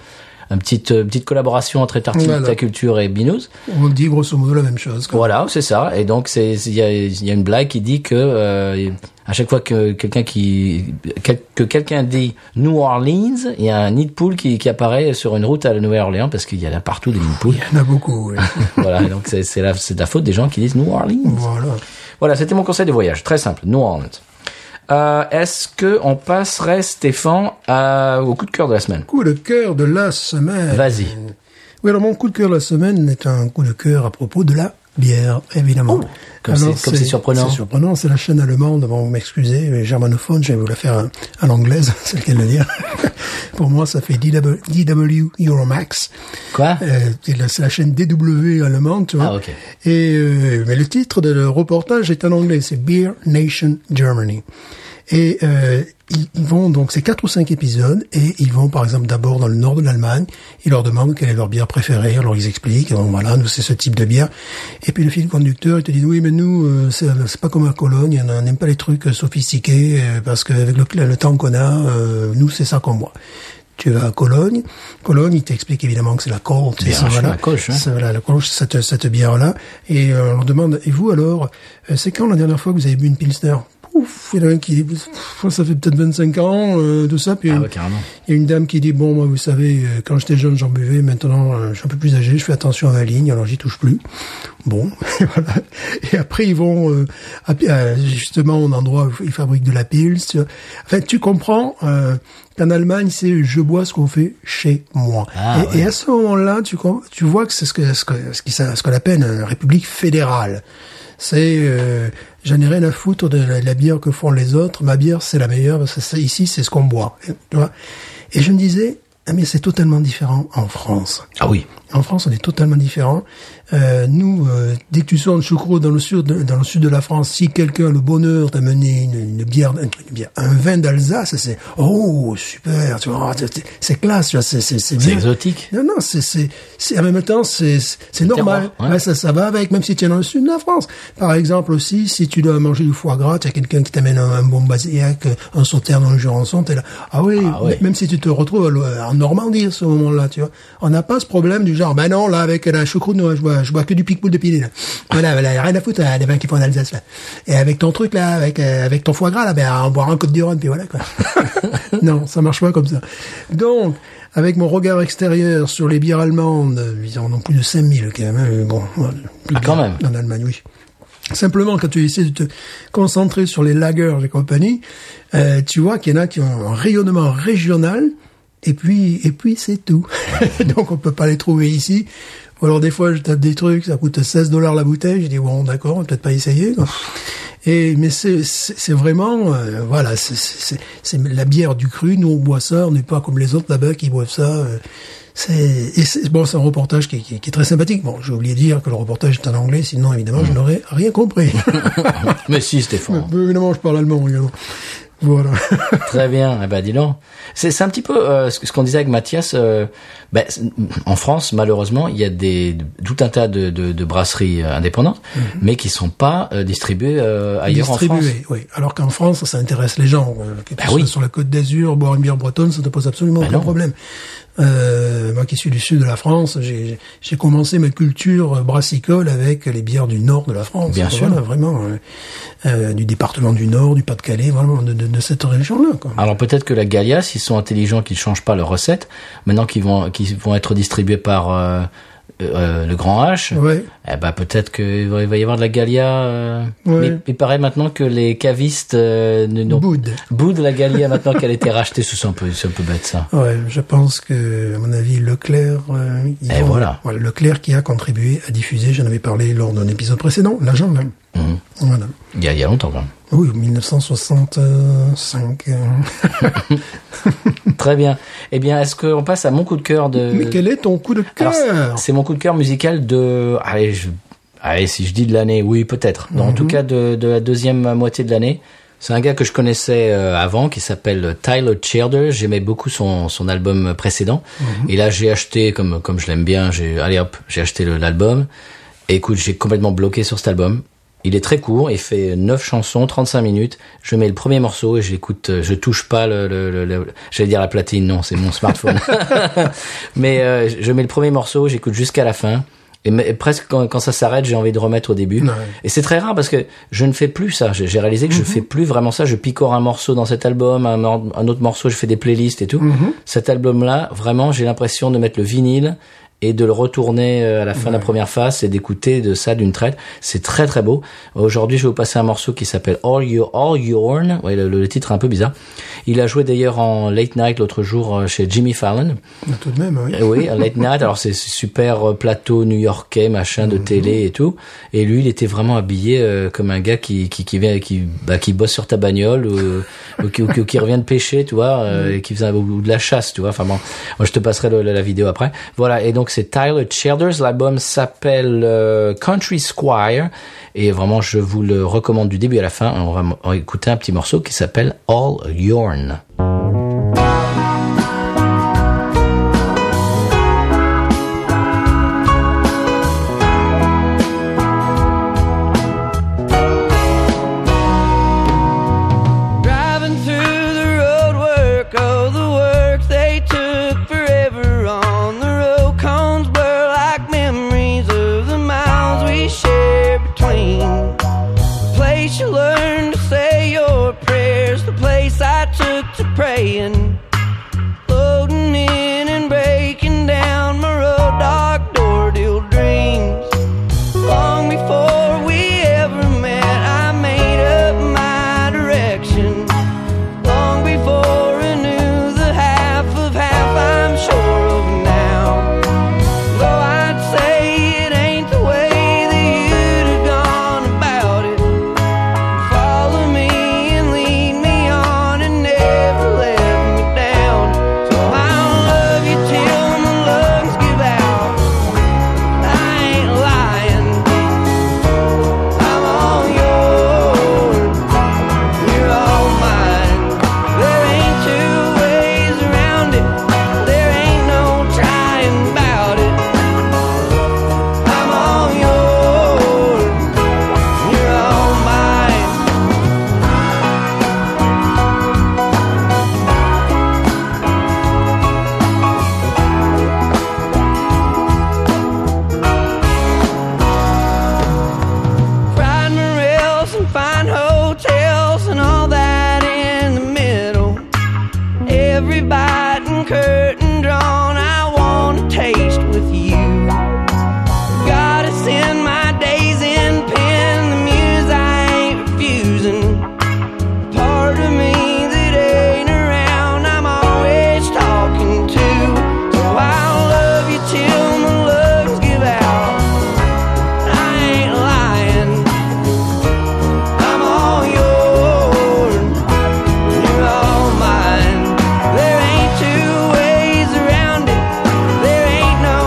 S2: une petite, euh, petite collaboration entre Tartine
S3: Voilà.
S2: ta culture et Binous.
S3: On dit grosso modo la même chose. quoi.
S2: Voilà, c'est ça. Et donc, c'est il y a, il y a une blague qui dit que euh, à chaque fois que quelqu'un qui quel- que quelqu'un dit New Orleans, il y a un nid de poule qui, qui apparaît sur une route à la Nouvelle-Orléans parce qu'il y en a partout des nids de poules
S3: Il y en
S2: [laughs]
S3: a beaucoup. oui.
S2: voilà, donc c'est c'est la, c'est de la faute des gens qui disent New Orleans.
S3: voilà.
S2: Voilà, c'était mon conseil de voyage, très simple, New Orleans. Euh, Est-ce que on passerait, Stéphane, à- au coup de cœur de la semaine
S3: Coup de cœur de la semaine.
S2: Vas-y.
S3: Oui, alors mon coup de cœur de la semaine est un coup de cœur à propos de la bière, évidemment.
S2: Oh, comme
S3: Alors,
S2: c'est- comme c'est surprenant.
S3: C'est surprenant, c'est la chaîne allemande, bon, vous m'excusez, les germanophones, je vais vous la faire à, à l'anglaise, [laughs] c'est le cas de le dire. Pour moi, ça fait DW, Euromax.
S2: Quoi
S3: Euh, c'est la- c'est la chaîne DW allemande, tu vois.
S2: Ah, ok.
S3: Et euh, mais le titre de le reportage est en anglais, c'est Beer Nation Germany. Et euh, ils ils vont donc c'est quatre ou cinq épisodes et ils vont par exemple d'abord dans le nord de l'Allemagne. Ils leur demandent quelle est leur bière préférée. Alors ils expliquent donc voilà nous c'est ce type de bière. Et puis le fil conducteur il te dit oui mais nous euh, c'est c'est pas comme à Cologne on n'aime pas les trucs euh, sophistiqués euh, parce qu'avec le, le temps qu'on a euh, nous c'est ça qu'on boit. Tu vas à Cologne. Cologne, il t'explique évidemment que c'est la Corte.
S2: Bien
S3: et ça,
S2: sûr,
S3: voilà.
S2: la Kolsch, hein.
S3: Ça, euh, voilà, la Kolsch, cette, cette bière-là. Et euh, on leur demande, et vous alors, euh, c'est quand la dernière fois que vous avez bu une Pilsner Pouf, il y en a un qui dit, Pff, ça fait peut-être 25 ans, euh, tout ça. Puis
S2: Ah
S3: une-
S2: ouais, carrément.
S3: il y a une dame qui dit, bon, moi, vous savez, euh, quand j'étais jeune, j'en buvais. Maintenant, euh, je suis un peu plus âgé, je fais attention à ma ligne, alors j'y touche plus. Bon, [laughs] et voilà. Et après, ils vont euh, à- à- justement au endroit où ils fabriquent de la Pils. tu vois. Enfin, tu comprends euh, qu'en Allemagne, c'est je bois ce qu'on fait chez moi.
S2: Ah,
S3: et, et à ce moment-là, tu, com- tu vois que c'est ce que ce que ce qui s'a- ce qu'on appelle une république fédérale. C'est euh, j'en ai rien à foutre de la, la bière que font les autres. Ma bière, c'est la meilleure. parce que c'est- ici, c'est ce qu'on boit. Et, tu vois. Et je me disais, ah, mais c'est totalement différent en France.
S2: Ah oui.
S3: En France, on est totalement différent. Euh, nous, euh, dès que tu sors de choucroute dans le sud, de, dans le sud de la France, si quelqu'un a le bonheur d'amener une, une bière, une bière- un vin d'Alsace, c'est oh super, tu vois, c'est- c'est- c'est classe, tu vois, c'est c'est
S2: C'est
S3: bien.
S2: exotique.
S3: Non, non, c'est, c'est, c'est, en même temps, c'est, c'est- c'est normal.
S2: terroir, ouais.
S3: Ouais, ça, ça va avec, même si tu es dans le sud de la France. Par exemple aussi, si tu dois manger du foie gras, tu as quelqu'un qui t'amène un, un bon basiac, un sauterne dans le Jurançon, t'es là. Ah oui,
S2: Ah ouais.
S3: même si tu te retrouves à l'o- en Normandie à ce moment-là, tu vois. On n'a pas ce problème du genre, ben non, là, avec la choucroute, non, je bois, je bois que du pic-boule de pilé, là. Voilà, voilà, rien à foutre, là, les vins qui font en Alsace, là. Et avec ton truc, là, avec, euh, avec ton foie gras, là, ben, on boira un Côte du Rhône, puis
S2: [laughs]
S3: voilà, quoi. non, ça marche pas comme ça. Donc, avec mon regard extérieur sur les bières allemandes, euh, ils en ont plus de 5000 quand même. hein, mais Bon, voilà, plus
S2: Ah,
S3: de
S2: quand
S3: bières
S2: même.
S3: En Allemagne, oui. Simplement, quand tu essaies de te concentrer sur les lagers et compagnie, euh, tu vois qu'il y en a qui ont un rayonnement régional, et puis, et puis c'est tout. [laughs] Donc on peut pas les trouver ici. Ou alors des fois, je tape des trucs, ça coûte 16 dollars la bouteille, je dis bon, d'accord, on va peut-être pas essayer. quoi. Et mais c'est c'est c'est vraiment euh, voilà c'est- c'est c'est- c'est la bière du cru nous on boit ça on n'est pas comme les autres là-bas qui boivent ça euh, c'est et c'est- bon c'est un reportage qui, qui- qui est très sympathique bon j'ai oublié de dire que le reportage est en anglais sinon évidemment
S2: Mm.
S3: je n'aurais
S2: [laughs]
S3: rien compris
S2: Mais si, Stéphane.
S3: Mais évidemment je parle allemand également voilà
S2: Très bien. Eh ben, dis donc. C'est c'est un petit peu euh, ce que- ce qu'on disait avec Mathias. euh, ben, c'est- en France, malheureusement, il y a des tout un tas de, de, de brasseries euh, indépendantes, mais qui sont pas euh, distribuées euh, ailleurs en France.
S3: distribué oui alors qu'en France ça intéresse les gens euh, que tu
S2: Bah
S3: sois
S2: oui. Bah
S3: sur la Côte d'Azur boire une bière bretonne ça te pose absolument aucun
S2: non.
S3: problème Euh, moi qui suis du sud de la France, j'ai j'ai commencé ma culture euh, brassicole avec les bières du nord de la France.
S2: Bien
S3: Voilà, hein.
S2: sûr.
S3: vraiment euh, euh, du département du Nord, du Pas-de-Calais, vraiment de, de, de cette région-là. quoi.
S2: Alors peut-être que la Galia, s'ils sont intelligents, qu'ils changent pas leur recette, maintenant qu'ils vont, qu'ils vont être distribués par euh, euh, le grand H,
S3: Ouais.
S2: eh ben peut-être qu'il va il va y avoir de la Galia. euh,
S3: Ouais.
S2: mais il paraît maintenant que les cavistes euh, ne n'ont-
S3: Boud.
S2: boudent la Galia maintenant qu'elle a été rachetée. C'est un peu, c'est un peu bête ça.
S3: Ouais, je pense que, à mon avis, Leclerc, euh, ils
S2: Et
S3: vont-
S2: Eh, voilà.
S3: Leclerc qui a contribué à diffuser, j'en avais parlé lors d'un épisode précédent, la jungle.
S2: Mhm.
S3: Voilà.
S2: Il y a, il y a longtemps quand
S3: [laughs]
S2: même.
S3: Oui, 1965. euh.
S2: Très bien. Eh bien, est-ce qu'on passe à mon coup de cœur de
S3: Mais quel est ton coup de
S2: Euh, Alors, c'est-
S3: cœur
S2: C'est mon coup de cœur musical de. Allez, je- allez, si je dis de l'année, oui, peut-être. Non, En
S3: Mhm.
S2: tout cas, de, de la deuxième moitié de l'année. C'est un gars que je connaissais euh, avant, qui s'appelle Tyler Childers. J'aimais beaucoup son, son album précédent.
S3: Mhm.
S2: Et là, j'ai acheté, comme, comme je l'aime bien, j'ai, allez hop, j'ai acheté le- l'album. Et écoute, j'ai complètement bloqué sur cet album. Il est très court, il fait 9 chansons, 35 minutes. Je mets le premier morceau et j'écoute, euh, je touche pas le, le, le- le- j'allais dire la platine, non, c'est mon smartphone. [laughs] Mais euh, je mets le premier morceau, j'écoute jusqu'à la fin. Et, me- et presque quand, quand ça s'arrête, j'ai envie de remettre au début.
S3: Ouais.
S2: Et c'est très rare parce que je ne fais plus ça. J'ai j'ai réalisé que je fais plus vraiment ça. Je picore un morceau dans cet album, un, or- un autre morceau, je fais des playlists et tout. Cet album-là, vraiment, j'ai l'impression de mettre le vinyle et de le retourner euh, à la fin de la première face et d'écouter de ça d'une traite. C'est très très beau. Aujourd'hui, je vais vous passer un morceau qui s'appelle All Your All Yourn. Ouais, le, le titre est un peu bizarre. Il a joué d'ailleurs en Late Night l'autre jour euh, chez Jimmy Fallon.
S3: Mais Tout de même, hein. oui.
S2: Eh oui, un late night. Alors c'est c'est super euh, plateau new-yorkais, machin de télé et tout. Et lui, il était vraiment habillé euh, comme un gars qui qui qui vient qui bah, qui bosse sur ta bagnole ou, ou qui, ou qui- ou qui revient de pêcher, tu vois, euh, et qui faisait un- ou de la chasse, tu vois. Enfin bon, moi, je te passerai le- la, la vidéo après. Voilà. Et donc c'est Tyler Childers. L'album s'appelle euh, Country Squire. Et vraiment, je vous le recommande du début à la fin. On va m- on va écouter un petit morceau qui s'appelle All Yorn.
S7: Driving through the road work, oh, the works they took forever on the road. Cones blur like memories of the miles we shared between. The place you learned to say your prayers, the place I took to praying. Loading in and breaking down my road dog door deal dreams. Long before we ever met, I made up my direction. Long before I knew the half of half I'm sure of now. Though I'd say it ain't the way that you'd have gone about it. Follow me and lead me on and never let me down. So I'll love you till my lungs give out. I ain't lying. I'm all yours. You're all mine. There ain't two ways around it. There ain't no trying about it. I'm all yours. You're all mine. Riding the rails and fine hotels and all that in the middle. Every bite and curtain drawn, I want to taste with you. Gotta send my days in pen, the muse I ain't refusing. Part of me that ain't around, I'm always talking to. So I'll love you till my lungs give out. I ain't lying. I'm all yours. You're all mine. There ain't two ways around it. There ain't no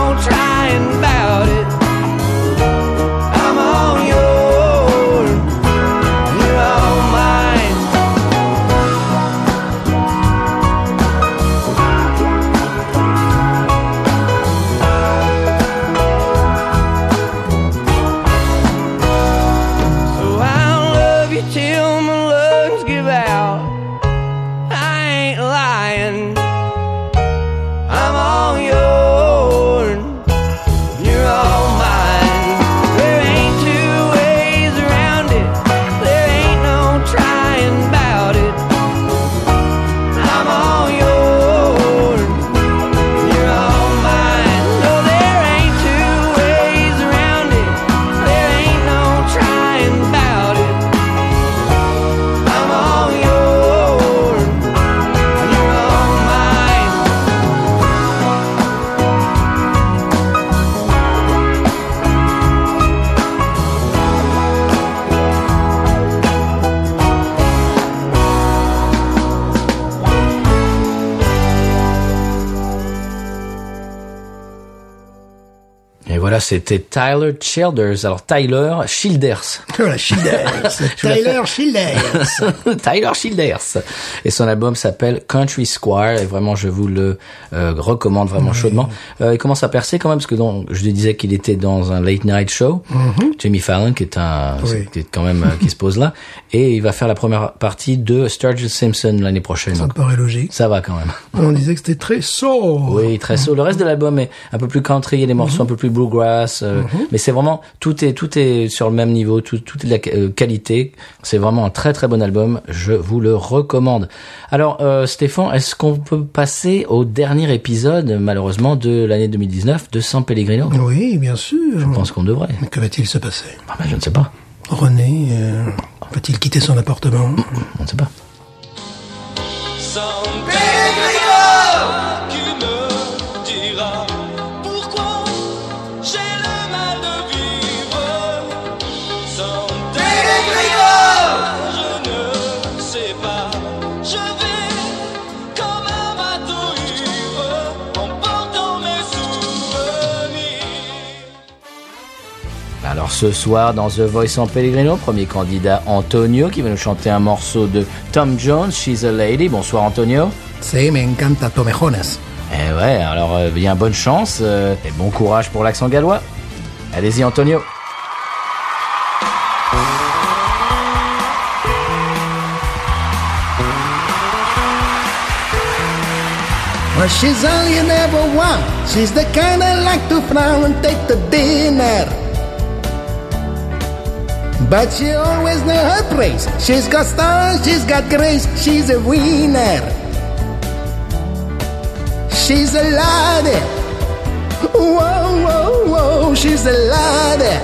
S2: Voilà, c'était Tyler Childers. Alors Tyler Childers. [laughs]
S3: Voilà, Childers. Tyler Childers.
S2: Tyler Childers. Et son album s'appelle Country Square. Et vraiment, je vous le euh, recommande vraiment chaudement. Euh, il commence à percer quand même, parce que donc, je lui disais qu'il était dans un late night show. Jimmy Fallon, qui est un,
S3: Mhm. Oui.
S2: qui est quand même, euh, qui se pose là. Et il va faire la première partie de Sturgill Simpson l'année prochaine.
S3: Ça me
S2: Donc,
S3: paraît logique.
S2: ça va quand même.
S3: On disait que c'était très soul.
S2: Oui, très soul. Le reste de l'album est un peu plus country, il y a des morceaux un peu plus bluegrass, euh, mais c'est vraiment tout est tout est sur le même niveau, tout tout est de la euh, qualité. C'est vraiment un très très bon album, je vous le recommande. Alors euh, Stéphane, est-ce qu'on peut passer au dernier épisode malheureusement de l'année 2019 de San Pellegrino
S3: Oui, bien sûr.
S2: Je pense qu'on devrait.
S3: Que va-t-il se passer
S2: Ah, ben, je ne sais pas,
S3: René euh, va-t-il quitter son
S2: [laughs]
S3: appartement
S2: on ne sait pas.
S7: Sans Pellegrino qui me dira pourquoi j'ai le mal de vivre. Sans Pellegrino, je ne sais pas. Je vais comme un bateau ivre en portant mes souvenirs.
S2: Alors ce soir, dans The Voice San Pellegrino, premier candidat Antonio qui va nous chanter un morceau de Tom Jones, She's a Lady. Bonsoir Antonio.
S3: C'est me encanta Tomejones.
S2: Eh ouais, alors euh, bien bonne chance euh, et bon courage pour l'accent gallois. Allez-y Antonio.
S8: Well, she's only a number one. She's the kind I like to frown and take the dinner. But she always knows her place. She's got style, she's got grace, she's a winner. She's a lady. Whoa, whoa, whoa, she's a lady.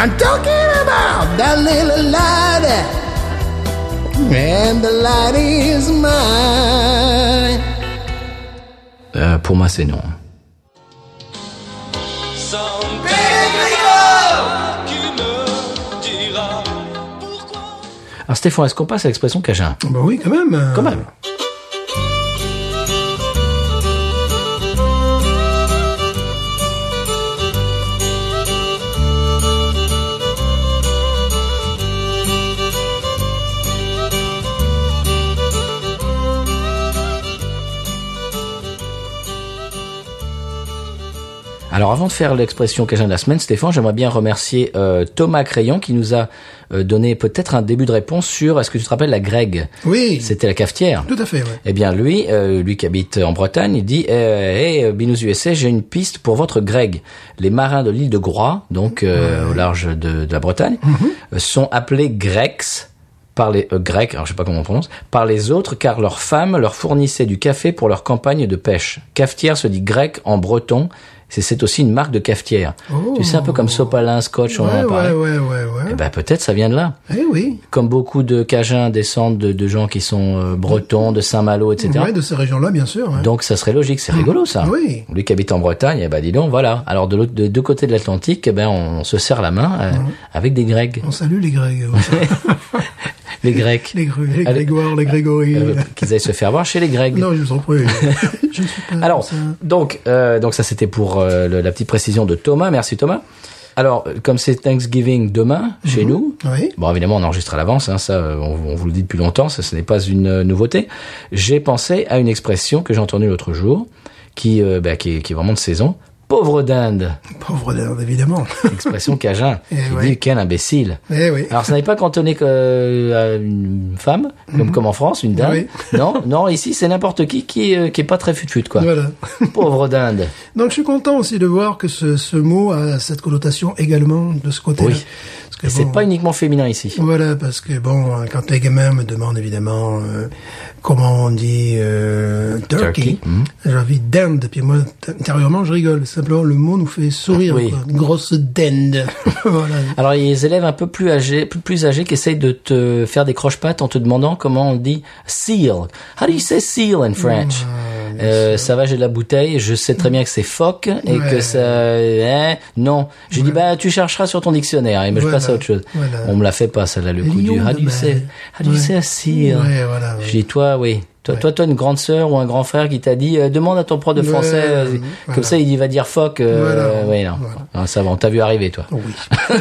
S8: I'm talking about that little lady. And the lady is mine.
S2: Euh, pour moi c'est non.
S7: Sans Pellegrino qui me dira pourquoi.
S2: Alors Stéphane, est-ce qu'on passe à l'expression Cajun
S3: Bah oui, quand même. euh,
S2: Quand même. Alors avant de faire l'expression Cajun de la semaine, Stéphane, j'aimerais bien remercier euh, Thomas Crayon qui nous a euh, donné peut-être un début de réponse sur, est-ce que tu te rappelles la Greg
S3: Oui,
S2: C'était la cafetière.
S3: tout à fait, ouais.
S2: Eh bien, lui, euh, lui qui habite en Bretagne, il dit euh, Hey, Binous USA, j'ai une piste pour votre Greg. Les marins de l'île de Groix, donc euh, au large de, de la Bretagne,
S3: Mhm.
S2: euh, sont appelés Grecs par les euh, Grecs, alors je sais pas comment on prononce, par les autres, car leurs femmes leur fournissaient du café pour leur campagne de pêche. Cafetière se dit grec en breton. C'est- C'est aussi une marque de cafetière. Tu sais, un peu comme sopalin, scotch, on
S3: Oh. Ouais,
S2: en a parlé.
S3: ouais, ouais, ouais, ouais.
S2: Eh ben, peut-être ça vient de là
S3: Eh oui.
S2: comme beaucoup de Cajuns descendent de, de gens qui sont euh, bretons, de Saint-Malo, etc.
S3: Ouais, de ces régions-là, bien sûr. ouais.
S2: Donc ça serait logique, c'est rigolo ça.
S3: Oui.
S2: Lui qui habite en Bretagne, eh ben dis donc, voilà. Alors de l'autre, de deux côtés de l'Atlantique, eh ben on, se serre la main euh,
S3: Mhm.
S2: avec des Grecs,
S3: On salue les Grecs.
S2: [laughs] les Grecs,
S3: les, Gru- les
S2: Allez.
S3: Grégoires, les Grégory.
S2: Euh, qu'ils aillent se faire voir chez les Grecs.
S3: non, je vous
S2: [laughs]
S3: en prie. je ne suis pas.
S2: Alors,
S3: ça.
S2: donc, euh, donc ça c'était pour euh, le- la petite précision de Thomas. Merci Thomas. Alors, euh, comme c'est Thanksgiving demain
S3: Mhm.
S2: chez nous,
S3: Oui.
S2: bon évidemment on enregistre à l'avance, hein, ça euh, on, on vous le dit depuis longtemps, ça ce n'est pas une euh, nouveauté. J'ai pensé à une expression que j'ai entendue l'autre jour, qui, euh, bah, qui, est- qui est vraiment de saison. Pauvre dinde,
S3: Pauvre dinde,
S2: [laughs]
S3: évidemment. [laughs]
S2: expression cajun,
S3: Eh
S2: qui
S3: ouais.
S2: dit quel imbécile.
S3: eh oui.
S2: Alors, ça n'est pas cantonné que, euh, à une femme, comme, comme en France, une dinde.
S3: Mhm. Oui.
S2: Non, non, ici, c'est n'importe qui qui, euh, qui est pas très fut-fut, quoi.
S3: Voilà.
S2: Pauvre dinde.
S3: Donc je suis content aussi de voir que ce, ce mot a cette connotation également de ce côté-là.
S2: Oui.
S3: Parce que
S2: Et c'est
S3: bon,
S2: pas uniquement féminin ici.
S3: Voilà, parce que bon, hein, quand t'es gamin me demande évidemment euh, comment on dit euh, turkey,
S2: Turkey, mhm.
S3: j'ai envie dinde, puis moi t- intérieurement je rigole. Simplement le mot nous fait sourire,
S2: Oui.
S3: quoi. Une grosse dinde. [laughs] voilà.
S2: Alors, il y a des élèves un peu plus âgés, plus, plus âgés qui essayent de te faire des croche-pattes en te demandant comment on dit seal. How do you say seal in French?
S3: Ah,
S2: Euh, ça va, j'ai de la bouteille, je sais très bien que c'est phoque et
S3: Ouais.
S2: que ça... hein, non. J'ai dit, bah, tu chercheras sur ton dictionnaire et je
S3: Voilà.
S2: passe à autre chose.
S3: Voilà.
S2: On me la fait pas, celle-là, le coup
S3: Lion
S2: du... How
S3: de
S2: do you say,
S3: mer.
S2: how do you
S3: Ouais.
S2: say seal?
S3: Ouais, voilà, ouais.
S2: Je dis, toi, oui. Toi,
S3: Ouais.
S2: toi, toi, une grande sœur ou un grand frère qui t'a dit euh, demande à ton prof de
S3: Ouais,
S2: français, euh,
S3: voilà.
S2: comme ça il va dire fuck. euh,
S3: Voilà.
S2: ouais, non.
S3: Voilà.
S2: Non, ça va, on t'a vu arriver toi.
S3: Oh oui.
S2: [laughs]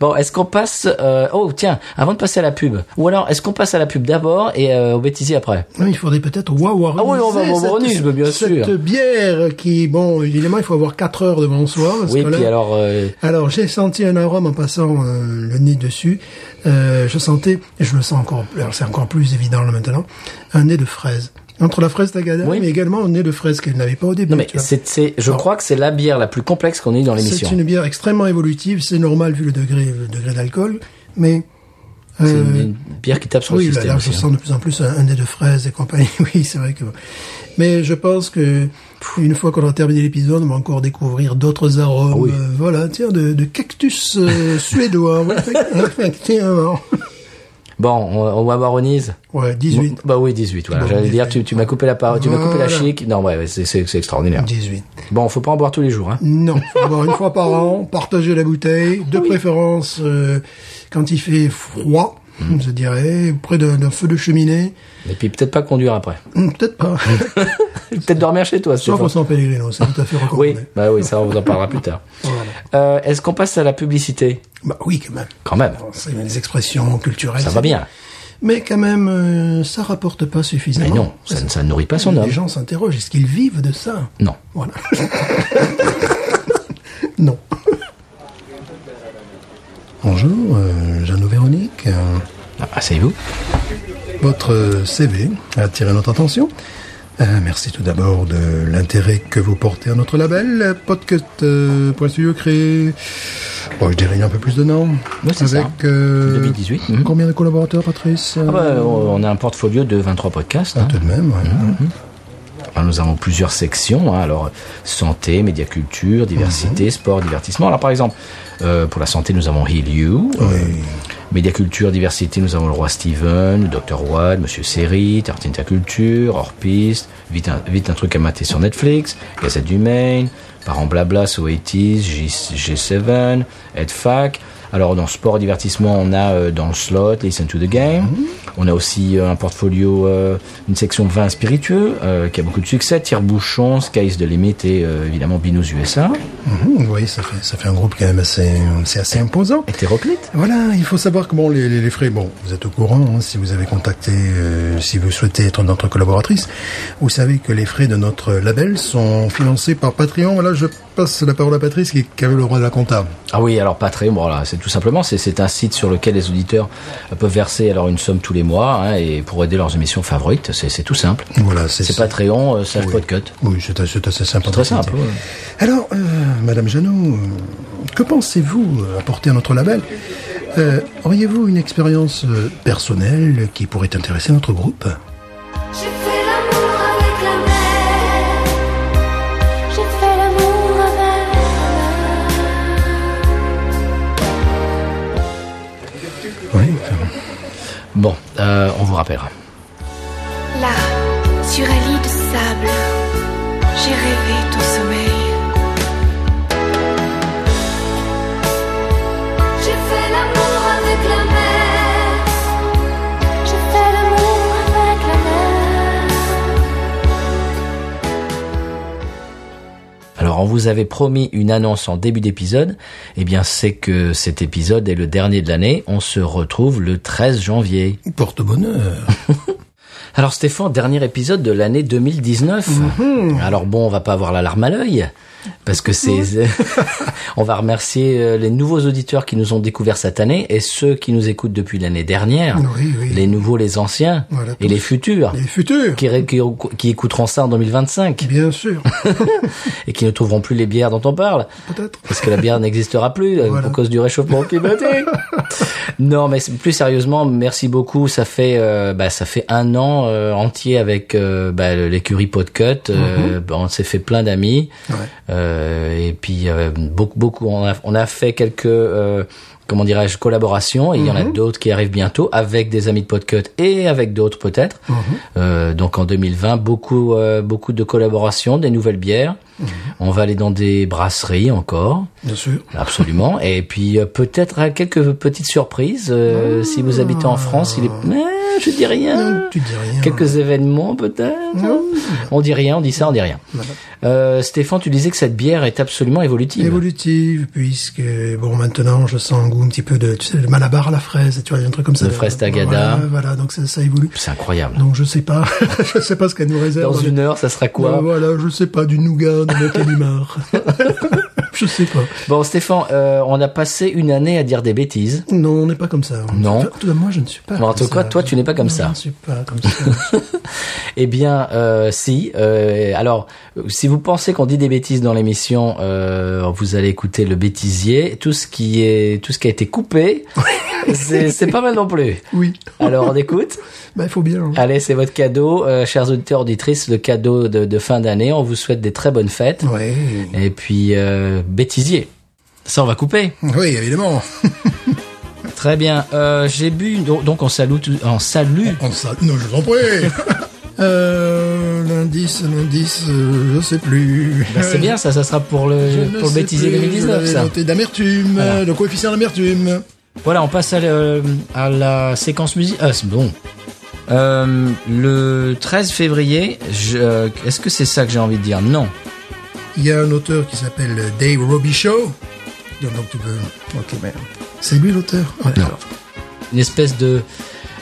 S2: Bon, est-ce qu'on passe euh, Oh tiens, avant de passer à la pub, ou alors est-ce qu'on passe à la pub d'abord et euh, au bêtisier après
S3: Non, il faudrait peut-être wawaroniser
S2: Ah oui, on va wawaroniser,
S3: cette,
S2: mais bien
S3: cette
S2: sûr.
S3: bière qui, bon, évidemment, il faut avoir 4 heures devant soi. Parce
S2: Oui,
S3: que là-
S2: puis alors. euh,
S3: Alors, j'ai senti un arôme en passant euh, le nez dessus. Euh, je sentais, et je le sens encore, alors c'est encore plus évident là maintenant, un nez de fraise. Entre la fraise d'Agada,
S2: Oui.
S3: mais également un nez de fraise qu'elle n'avait pas au début.
S2: Non mais
S3: tu vois.
S2: c'est, c'est, je
S3: Alors-
S2: crois que c'est la bière la plus complexe qu'on ait eu dans l'émission.
S3: C'est une bière extrêmement évolutive, c'est normal vu le degré, le degré d'alcool, mais...
S2: C'est une,
S3: euh,
S2: une bière qui tape sur
S3: oui,
S2: le
S3: là,
S2: système.
S3: là,
S2: aussi,
S3: je
S2: hein.
S3: sens de plus en plus un, un nez de fraises et compagnie. [laughs] Oui, c'est vrai que. Mais je pense que pff, une fois qu'on aura terminé l'épisode, on va encore découvrir d'autres arômes.
S2: Ah oui.
S3: euh, voilà, tiens, de, de
S2: [laughs]
S3: cactus euh, suédois. Ouais, Effectivement.
S2: Bon, on, on wabaronise.
S3: Ouais, 18.
S2: Bah oui, 18. Voilà.
S3: Bon,
S2: J'allais
S3: 18.
S2: dire, tu, tu m'as coupé la parole, tu m'as coupé la
S3: Voilà.
S2: chic. Non, ouais, ouais, c'est, c'est, c'est extraordinaire.
S3: 18.
S2: Bon, faut pas en boire tous les jours. Hein.
S3: Non, faut boire une fois par an, partager la bouteille,
S2: Ah
S3: de préférence euh, quand il fait froid,
S2: Hmm.
S3: je dirais, près d'un d'un feu de cheminée.
S2: Et puis peut-être pas conduire après.
S3: Hum, Peut-être pas.
S2: Hmm,
S3: [laughs]
S2: Peut-être dormir chez toi.
S3: Sauf
S2: Stéphane.
S3: au San Pellegrino, c'est tout à fait recommandé.
S2: Oui, bah oui, ça on vous en parlera plus tard.
S3: [laughs] Voilà.
S2: Euh, est-ce qu'on passe à la publicité
S3: Bah oui, quand même.
S2: Quand même.
S3: C'est des expressions culturelles.
S2: Ça
S3: c'est-
S2: va bien.
S3: Mais quand même, euh, ça rapporte pas suffisamment.
S2: Mais non, ça, ne- ça ne nourrit pas son homme.
S3: Les gens s'interrogent, est-ce qu'ils vivent de ça
S2: hein. Non.
S3: Voilà. [laughs] non. Bonjour, euh, Jeannot Véronique. Euh,
S2: Ah, Asseyez-vous.
S3: Votre euh, CV a attiré notre attention. Euh, merci tout d'abord de l'intérêt que vous portez à notre label, euh, Podcast euh, Point Studio créé. Bon, je dirais il y a un peu plus de noms.
S2: Oui, c'est ça.
S3: Avec euh,
S2: 2018, mhm.
S3: Combien de collaborateurs, Patrice Ah,
S2: Ah bah, on on a un portfolio de 23 podcasts. hein.
S3: Tout de même, ouais.
S2: Alors, nous avons plusieurs sections, hein. alors santé, médiaculture, diversité, sport, divertissement. Alors par exemple, euh, pour la santé, nous avons Heal You. Euh, médiaculture, diversité, nous avons le roi Steven, le docteur Watt, Monsieur Seri, Tartinta Culture, Hors Piste, vite un, vite un truc à mater sur Netflix, Gazette du Maine, Parents Blabla, So 80s, G, 7 EdFac. Alors dans sport et divertissement, on a euh, dans le slot Listen to the Game. On a aussi euh, un portfolio, euh, une section vin spiritueux euh, qui a beaucoup de succès. Tire-bouchon, Sky's the Limit et euh, évidemment Binous USA.
S3: Mhm, Vous voyez, ça fait, ça fait un groupe quand même assez, c'est assez imposant.
S2: Hétéroclite.
S3: Voilà, il faut savoir que bon, les, les- les frais, bon, vous êtes au courant, hein, si vous avez contacté, euh, si vous souhaitez être notre collaboratrice, vous savez que les frais de notre label sont financés par Patreon. Voilà, je passe la parole à Patrice qui, qui avait le roi de la compta.
S2: Ah oui, alors Patreon, bon, voilà, c'est tout simplement, c'est- c'est un site sur lequel les auditeurs euh, peuvent verser alors une somme tous les mois hein, et pour aider leurs émissions favorites, c'est c'est tout simple.
S3: Voilà, c'est
S2: C'est Patreon, euh, slash
S3: Oui.
S2: podcut.
S3: Oui, c'est assez, c'est assez simple.
S2: C'est très simple, ouais.
S3: Alors, euh, Madame Jeannot, euh, que pensez-vous euh, apporter à notre label Euh, Auriez-vous une expérience euh, personnelle qui pourrait intéresser notre groupe
S9: J'ai fait l'amour avec la mer. J'ai fait l'amour avec la mer.
S3: Oui, enfin,
S2: Bon, euh, on vous rappellera.
S9: Là, sur un lit de sable, j'ai rêvé ton sommeil. J'ai fait l'amour avec la mer. J'ai fait l'amour avec la mer.
S2: Alors, on vous avait promis une annonce en début d'épisode. Eh bien, c'est que cet épisode est le dernier de l'année. On se retrouve le 13 janvier.
S3: Porte-bonheur.
S2: Alors, Stéphane, dernier épisode de l'année 2019.
S3: Mhm.
S2: Alors bon, on va pas avoir la larme à l'œil. Parce que
S3: Mhm.
S2: c'est, [laughs] on va remercier euh, les nouveaux auditeurs qui nous ont découverts cette année et ceux qui nous écoutent depuis l'année dernière.
S3: Oui, oui.
S2: Ah. Les nouveaux, les anciens
S3: Voilà,
S2: et
S3: tous.
S2: les futurs.
S3: Les futurs
S2: Qui, ré- qui- qui écouteront ça en 2025
S3: Bien sûr,
S2: et qui ne trouveront plus les bières dont on parle
S3: peut-être.
S2: parce que la bière [laughs] n'existera plus euh,
S3: Voilà.
S2: pour cause du réchauffement climatique. non, mais c'est- plus sérieusement, merci beaucoup. Ça fait euh, bah, ça fait un an euh, entier avec euh, bah, le- l'écurie Podcut. Euh, bah, on s'est fait plein d'amis
S3: Ouais.
S2: Euh, et puis euh, beaucoup beaucoup on a on a fait quelques euh, comment dirais-je collaborations. Et Il y en a d'autres qui arrivent bientôt avec des amis de Podcut et avec d'autres peut-être. Euh, donc en 2020, beaucoup euh, beaucoup de collaborations, des nouvelles bières. On va aller dans des brasseries encore.
S3: Bien sûr.
S2: Absolument. Et puis euh, peut-être euh, quelques petites surprises euh, si vous habitez en France. Il est... je Ah. dis rien.
S3: Non, tu dis rien.
S2: Quelques événements peut-être. On dit rien, on dit ça, on dit rien. Euh, Stéphane, tu disais que cette bière est absolument évolutive.
S3: Évolutive, puisque, bon, maintenant, je sens un goût un petit peu de, tu sais, le malabar à la fraise, tu vois, il y a un truc comme ça.
S2: De fraise tagada.
S3: Ouais, voilà, donc ça, ça évolue.
S2: C'est incroyable.
S3: Donc je sais pas, [laughs] je sais pas ce qu'elle nous réserve.
S2: Dans une heure, ça sera
S3: Ouais,
S2: quoi
S3: Voilà, je sais pas, du nougat, de la
S2: [laughs]
S3: calimard. je sais pas.
S2: Bon, Stéphane, euh, on a passé une année à dire des bêtises.
S3: Non, on n'est pas comme ça.
S2: Non.
S3: Enfin, tout- moi, je ne suis pas.
S2: Bon, en
S3: comme
S2: tout cas,
S3: ça.
S2: toi, tu n'es pas comme
S3: Non,
S2: ça.
S3: Je ne suis pas comme ça.
S2: Eh bien, euh, si. euh, alors, euh, si vous pensez qu'on dit des bêtises dans l'émission, euh, vous allez écouter le bêtisier. Tout ce qui est, tout ce qui a été coupé, [laughs] c'est c'est pas mal non plus.
S3: oui.
S2: Alors, on écoute.
S3: Bah, il faut bien. hein.
S2: Allez, c'est votre cadeau, euh, chers auditeurs auditrices, le cadeau de, de fin d'année. On vous souhaite des très bonnes fêtes.
S3: Ouais.
S2: Et puis, euh, bêtisier. Ça, on va couper.
S3: Oui, évidemment.
S2: Très bien. Euh, J'ai bu. Donc, donc on salue. tout- on salue.
S3: On s'a- Non, je vous en prie. [laughs] Euh, l'indice, l'indice, euh, je sais plus.
S2: Bah, c'est bien ça. Ça sera pour le
S3: [laughs] Je ne
S2: pour le
S3: sais
S2: bêtisier
S3: plus,
S2: 2019.
S3: je l'avais
S2: Ça.
S3: noté d'amertume,
S2: Voilà.
S3: le coefficient d'amertume.
S2: Voilà, on passe à, le- à la séquence musique. Ah, c'est bon. Euh, le 13 février, je- euh, est-ce que c'est ça que j'ai envie de dire Non.
S3: Il y a un auteur qui s'appelle Dave Robichaud. Donc, donc tu peux. Ok,
S2: ben.
S3: merde. C'est lui l'auteur Ouais, alors.
S2: Une espèce de...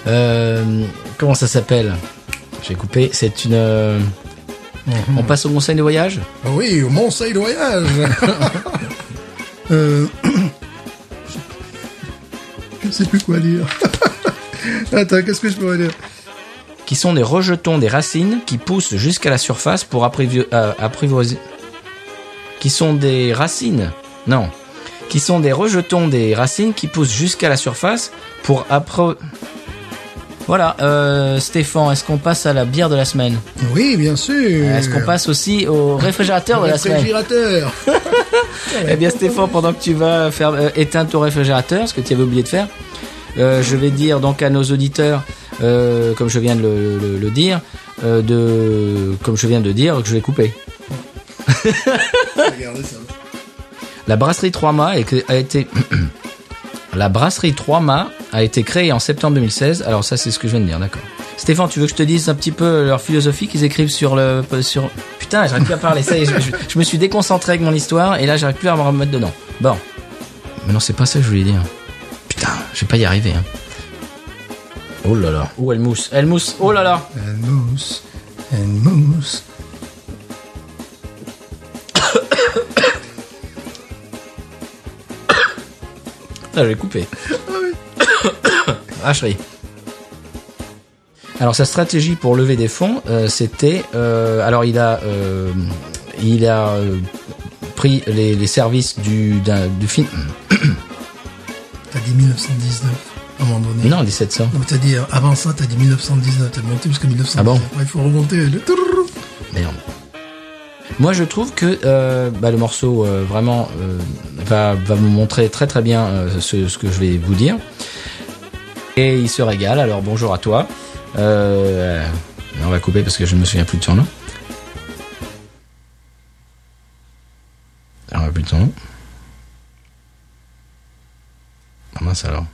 S2: euh, comment ça s'appelle J'ai coupé. C'est une... euh, On passe au conseil de voyage
S3: Ah Oui, au Montseuil
S2: [laughs]
S3: de voyage. Euh, je sais plus
S2: [laughs]
S3: quoi dire. Attends, qu'est-ce que je pourrais dire
S2: qui sont des rejetons des racines qui poussent jusqu'à la surface pour apprivo- euh, apprivoiser. Qui sont des racines Non. Qui sont des rejetons des racines qui poussent jusqu'à la surface pour appro. Voilà, euh, Stéphane, est-ce qu'on passe à la bière de la semaine
S3: Oui, bien sûr.
S2: Est-ce qu'on passe aussi au réfrigérateur de la semaine
S3: Euh, Réfrigérateur.
S2: Eh bien, Stéphane, pendant que tu vas faire euh, éteindre ton réfrigérateur, ce que tu avais oublié de faire, euh, je vais dire donc à nos auditeurs, euh, comme je viens de le, le- le dire, euh, de, comme je viens de dire, que je vais couper.
S3: Regardez ça.
S2: La brasserie 3 mâts est- a été [coughs] La brasserie 3 mâts a été créée en septembre 2016. Alors ça c'est ce que je viens de dire, d'accord. Stéphane, tu veux que je te dise un petit peu leur philosophie qu'ils écrivent sur le sur Putain, j'arrive plus à parler. Ça y est, je, je- je me suis déconcentré avec mon histoire et là j'arrive plus à me remettre dedans. Bon. Mais non, c'est pas ça que je voulais dire. Putain, je vais pas y arriver. hein. Oh là là. Où elle mousse Elle mousse. Oh là là.
S3: And mousse. And mousse.
S2: Ah, je vais [coughs] couper. Vacherie. Alors sa stratégie pour lever des fonds, euh, c'était, euh, alors il a, euh, il a euh, pris les, les services du, d'un- du film,
S3: T'as dit 1919 à un moment donné.
S2: non 1700.
S3: Donc t'as dit euh, avant ça, t'as dit 1919. T'as monté jusqu'à 1919.
S2: Ah bon
S3: Ouais, Il faut remonter. Le...
S2: Merde. Moi, je trouve que euh, bah, le morceau euh, vraiment euh, va, va vous montrer très très bien euh, ce, ce que je vais vous dire. Et il se régale, alors bonjour à toi. Euh, on va couper parce que je ne me souviens plus de son nom. On va plus de son nom. Ah mince alors.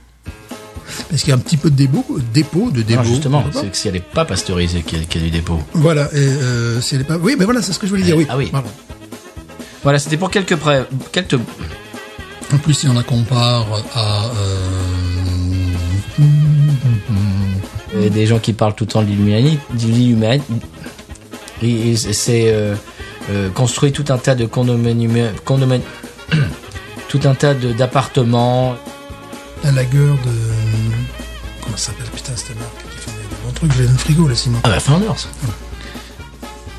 S3: Parce qu'il y a un petit peu de dépôt, dépôt de dépôt.
S2: Non, Ah, justement,
S3: je sais pas.
S2: c'est que si elle n'est pas pasteurisée qu'il y, a- qu'il y a du dépôt.
S3: Voilà. Et, euh, si elle est pas... Oui, mais voilà, c'est ce que je voulais dire. Oui.
S2: Ah oui.
S3: Pardon.
S2: Voilà, c'était pour quelques, pré- quelques
S3: En plus, si on la compare à... euh,
S2: Et des gens qui parlent tout le temps de l'Illumani- de l'Illumani- et- et C'est euh, euh, construit tout un tas de condominiums, condomin- [coughs] tout un tas de- d'appartements.
S3: la lagueur de... Comment ça s'appelle Putain, cette marque qui fait des bons trucs. J'ai dans le frigo, là, sinon.
S2: Ah bah Fenders,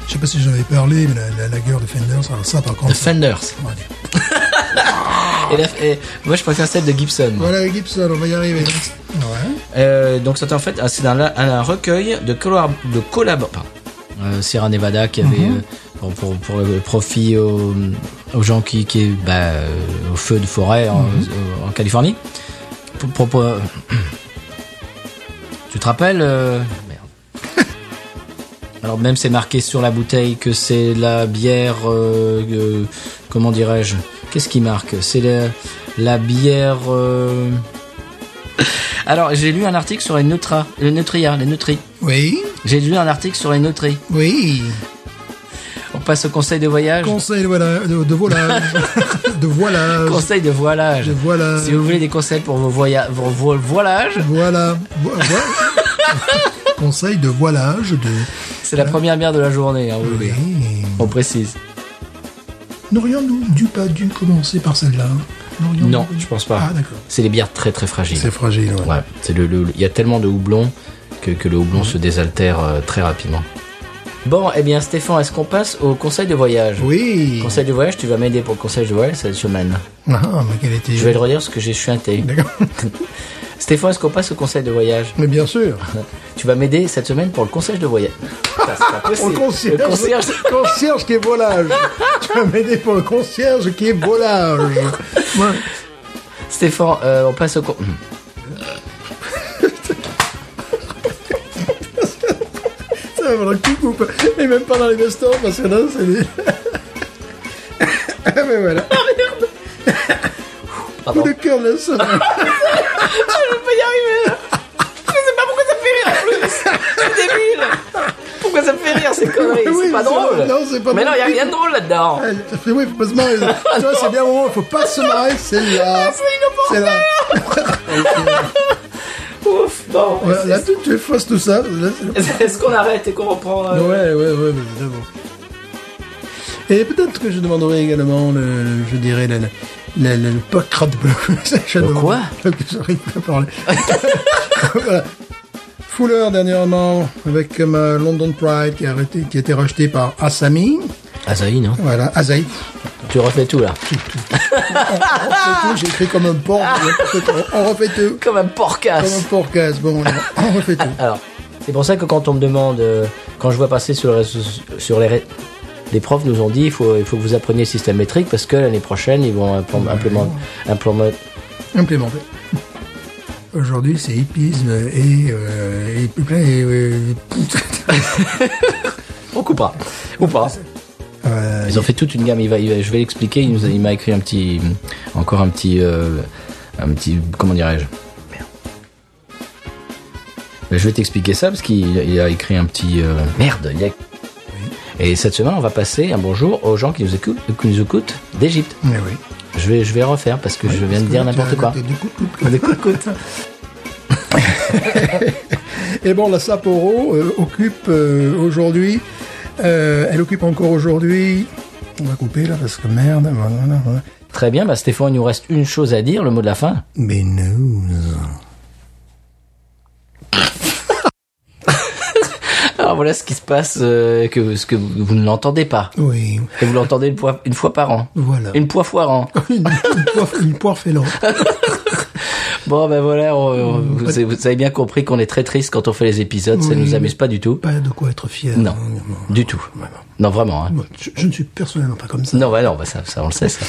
S3: Je sais pas si j'en avais parlé, mais la, la lagueur de Fender, ça, ça par contre...
S2: de Fenders.
S3: Ouais, allez.
S2: Et la- et moi je préfère celle de Gibson.
S3: Voilà, Gibson, on va y arriver. Ouais.
S2: Euh, donc c'était en fait un- c'est un, la- un recueil de collab de collab pardon. Euh, Sierra Nevada qui avait euh, pour, pour, pour le profit aux, aux gens qui qui bah, euh, au feu de forêt en, euh, en Californie. Pour- pour- pour- tu te rappelles euh, merde. Alors même c'est marqué sur la bouteille que c'est la bière euh, euh, comment dirais-je Qu'est-ce qui marque C'est la, la bière euh, Alors, j'ai lu un article sur les neutras, les neutria, les neutries.
S3: Oui,
S2: J'ai lu un article sur les neutries.
S3: oui.
S2: On passe au conseil de voyage.
S3: Conseil voilà, de, de [laughs] voilage. de voilage.
S2: conseil de voilage.
S3: De voilage.
S2: Si vous voulez des conseils pour vos, voya- vos vo- voilages,
S3: Voilà. Vo- [laughs] vo- Conseil de voilage de.
S2: c'est la première bière de la journée. hein, oui.
S3: Oui.
S2: On précise.
S3: N'aurions-nous dû pas dû commencer par celle-là hein N'aurions-nous
S2: Non,
S3: dû-
S2: je pense pas.
S3: Ah, d'accord.
S2: C'est des bières très très fragiles.
S3: C'est fragile, ouais.
S2: Ouais, c'est le, le- il y a tellement de houblon que, que le houblon
S3: Mm-hmm.
S2: se désaltère euh, très rapidement. Bon, eh bien Stéphane, est-ce qu'on passe au conseil de voyage
S3: Oui.
S2: Conseil de voyage, tu vas m'aider pour le conseil de voyage cette semaine.
S3: Ah, mais quelle était.
S2: Je vais le redire parce que je suis un TI.
S3: D'accord.
S2: [laughs] Stéphane, est-ce qu'on passe au conseil de voyage
S3: Mais bien sûr.
S2: Tu vas m'aider cette semaine pour le conseil de voyage. Putain, c'est pas
S3: [laughs] Pour
S2: possible.
S3: le concierge.
S2: Le concierge.
S3: [laughs] concierge qui est [laughs] volage. tu vas m'aider pour le concierge qui est volage. Ouais.
S2: Stéphane, euh, on passe au... con-
S3: Ça va falloir que tu coupes. Et même pas dans les best-of, parce que là, c'est des. [laughs] ah, mais voilà. Coup de cœur de la semaine.
S2: Je peux y arriver. Je sais pas pourquoi ça me fait rire en plus.
S5: [laughs]
S2: C'est débile. Pourquoi ça me fait rire ces conneries
S3: Mais oui,
S2: C'est pas
S3: c'est
S2: drôle.
S3: vrai. Non, c'est pas
S2: Mais non,
S3: drôle.
S2: il y a rien de drôle là-dedans.
S3: Elle- Mais oui, faut pas se marrer. tu vois, c'est bien un moment, il faut pas se marrer, c'est là. Ah, C'est là.
S2: Ouf. Bon.
S3: Ouais, là, tu, tu effaces tout ça. Là, c'est-
S2: Est-ce qu'on arrête et qu'on reprend euh,
S3: ouais, ouais, ouais, mais évidemment. Et peut-être que je demanderai également, le, le- je dirais, le, le, le, le, le pocrate bleu. Je demande-
S2: quoi
S3: J'arrive pas à parler. voilà. Fuller dernièrement avec ma London Pride qui a, arrêté, qui a été rachetée par Asami.
S2: Ah ça y est, non
S3: Voilà, Asahi.
S2: Tu refais tout là.
S3: On refait tout, j'ai écrit comme un porc. On refait tout.
S2: Comme un
S3: Comme un
S2: porcasse.
S3: porcasse. Bon, on refait tout.
S2: Alors, c'est pour ça que quand on me demande, euh, quand je vois passer sur, les réseaux- sur les, ré- les profs nous ont dit, il faut, il faut que vous appreniez le système métrique parce que l'année prochaine ils vont implom- implément- implément-
S3: implémenté. Aujourd'hui, c'est hippisme et... Euh, et, plein- et, euh,
S2: On coupera. Ou pas.
S3: euh,
S2: Ils ont fait toute une gamme. Il va, il va- je vais l'expliquer. Il nous, a- il m'a écrit un petit, encore un petit, euh, un petit, comment dirais-je Mais Je vais t'expliquer ça parce qu'il il a écrit un petit euh, merde. il a- Et cette semaine, on va passer un bonjour aux gens qui nous écoutent, qui nous écoutent d'Égypte.
S3: mais oui.
S2: Je vais, je vais refaire parce que je viens de dire n'importe quoi.
S3: [laughs]
S2: Des coups de coude.
S3: Et eh bon, la Sapporo euh, occupe euh, aujourd'hui, euh, elle occupe encore aujourd'hui. On va couper là parce que merde. voilà, voilà, voilà.
S2: [laughs] Très bien, bah Stéphane, il nous reste une chose à dire, le mot de la fin.
S3: Mais news.
S2: [laughs] Alors voilà ce qui se passe, euh, que, ce que vous vous ne l'entendez pas.
S3: Oui,
S2: Et vous l'entendez une fois, une fois par an.
S3: voilà.
S2: Une fois fois par an.
S3: une, poire, une poire félante.
S2: Bon ben voilà, on- on- vous, avez- vous avez bien compris qu'on est très triste quand on fait les épisodes, ça
S3: Mmh. Oui.
S2: nous amuse pas du tout.
S3: Pas de quoi être fier.
S2: Non,
S3: Hein,
S2: du tout.
S3: Voilà.
S2: Non vraiment. Hein.
S3: Moi, je, je ne suis personnellement pas comme ça.
S2: Non, bah non, bah ça, ça on le sait. Ça.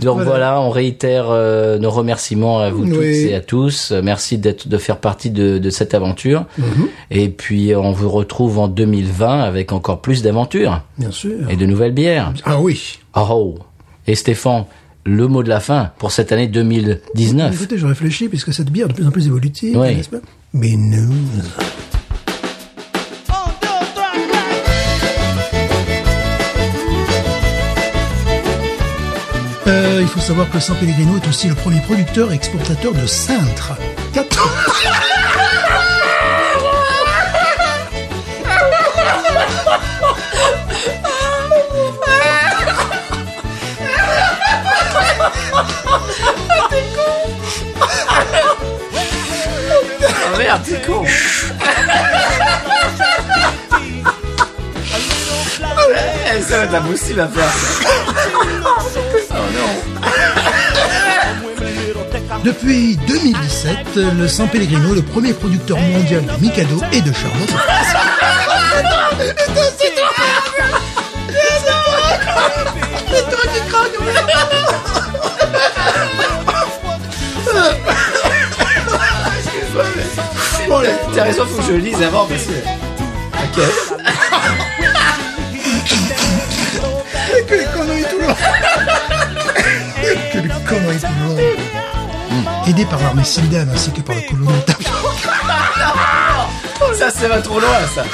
S2: Donc voilà,
S3: Voilà.
S2: on réitère euh, nos remerciements à vous
S3: Oui.
S2: toutes et à tous. Euh, Merci d'être, de faire partie de, de cette aventure.
S3: Mmh.
S2: Et puis on vous retrouve en 2020 avec encore plus d'aventures
S3: Bien sûr.
S2: et de nouvelles bières.
S3: Ah oui.
S2: Oh. Et Stéphane, le mot de la fin pour cette année 2019.
S3: Écoutez, je réfléchis puisque cette bière est de plus en plus évolutive,
S2: Oui.
S3: n'est-ce pas Mais news. Euh, il faut savoir que San Pellegrino est aussi le premier producteur et exportateur de cintre. Quatre-
S2: Ah merde, c'est con. Eh, Ça va être la boussine à faire.
S3: Depuis 2017, le San Pellegrino est le premier producteur mondial de Mikado et de Charlotte.
S2: T'as raison, Oh, faut que je lise avant parce que.
S3: Quelle connerie tout le monde Quelle connerie tout le monde aidé par l'armée Sildan ainsi que par la colonie
S6: Ça, ça va trop loin, ça.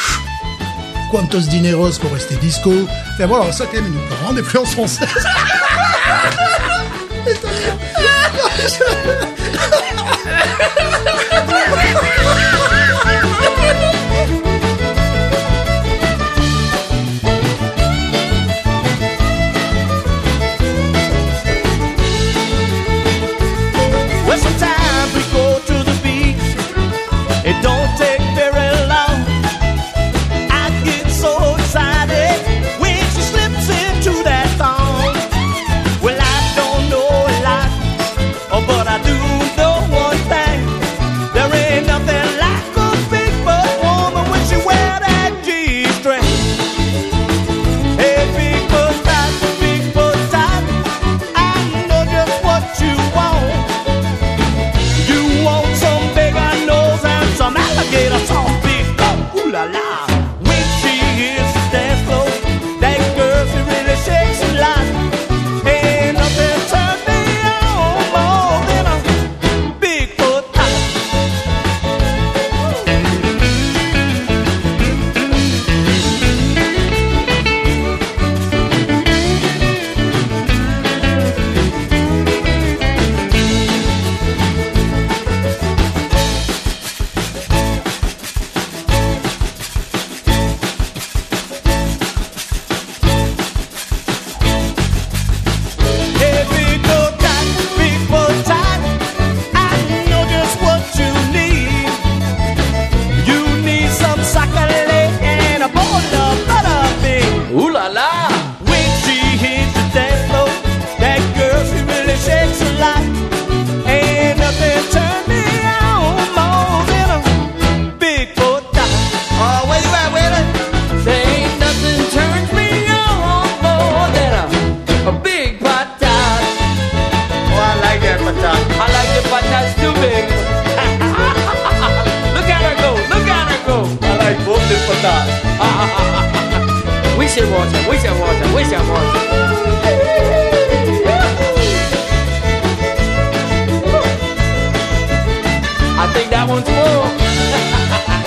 S3: Quantos Dineros pour rester disco. Enfin voilà, ça quand même une grande influence française.
S7: Well, sometimes we go to the beach. It don't take very long. I get so excited when she slips into that thong. Well, I don't know a lot, oh, but I do know one thing. There ain't nothing like a big butt woman when she wear that G-string. Hey, big butt top, big butt top. I know just what you want. You want some bigger nose and some alligator salt big oh, ooh la la. When she hits the dance floor, that girl she really shakes a lot. Ain't nothing turn me on oh, more than a big foot top. Hey, big bow tie, big bow tie. I know just what you need. You need some chocolate and a bowl of butterbean. Ooh la la! When she hits the dance floor, that girl she really shakes a lot. Ain't nothing turn me on more than a big bow tie. Oh, where you at, Willie? There ain't nothing turns me on more than a a big patat. Oh, I like that patat. I like the patats too big. [laughs] look at her go. Look at her go. I like both the patats. [laughs] we should watch her. We should watch her. We should watch her. I think that one's full.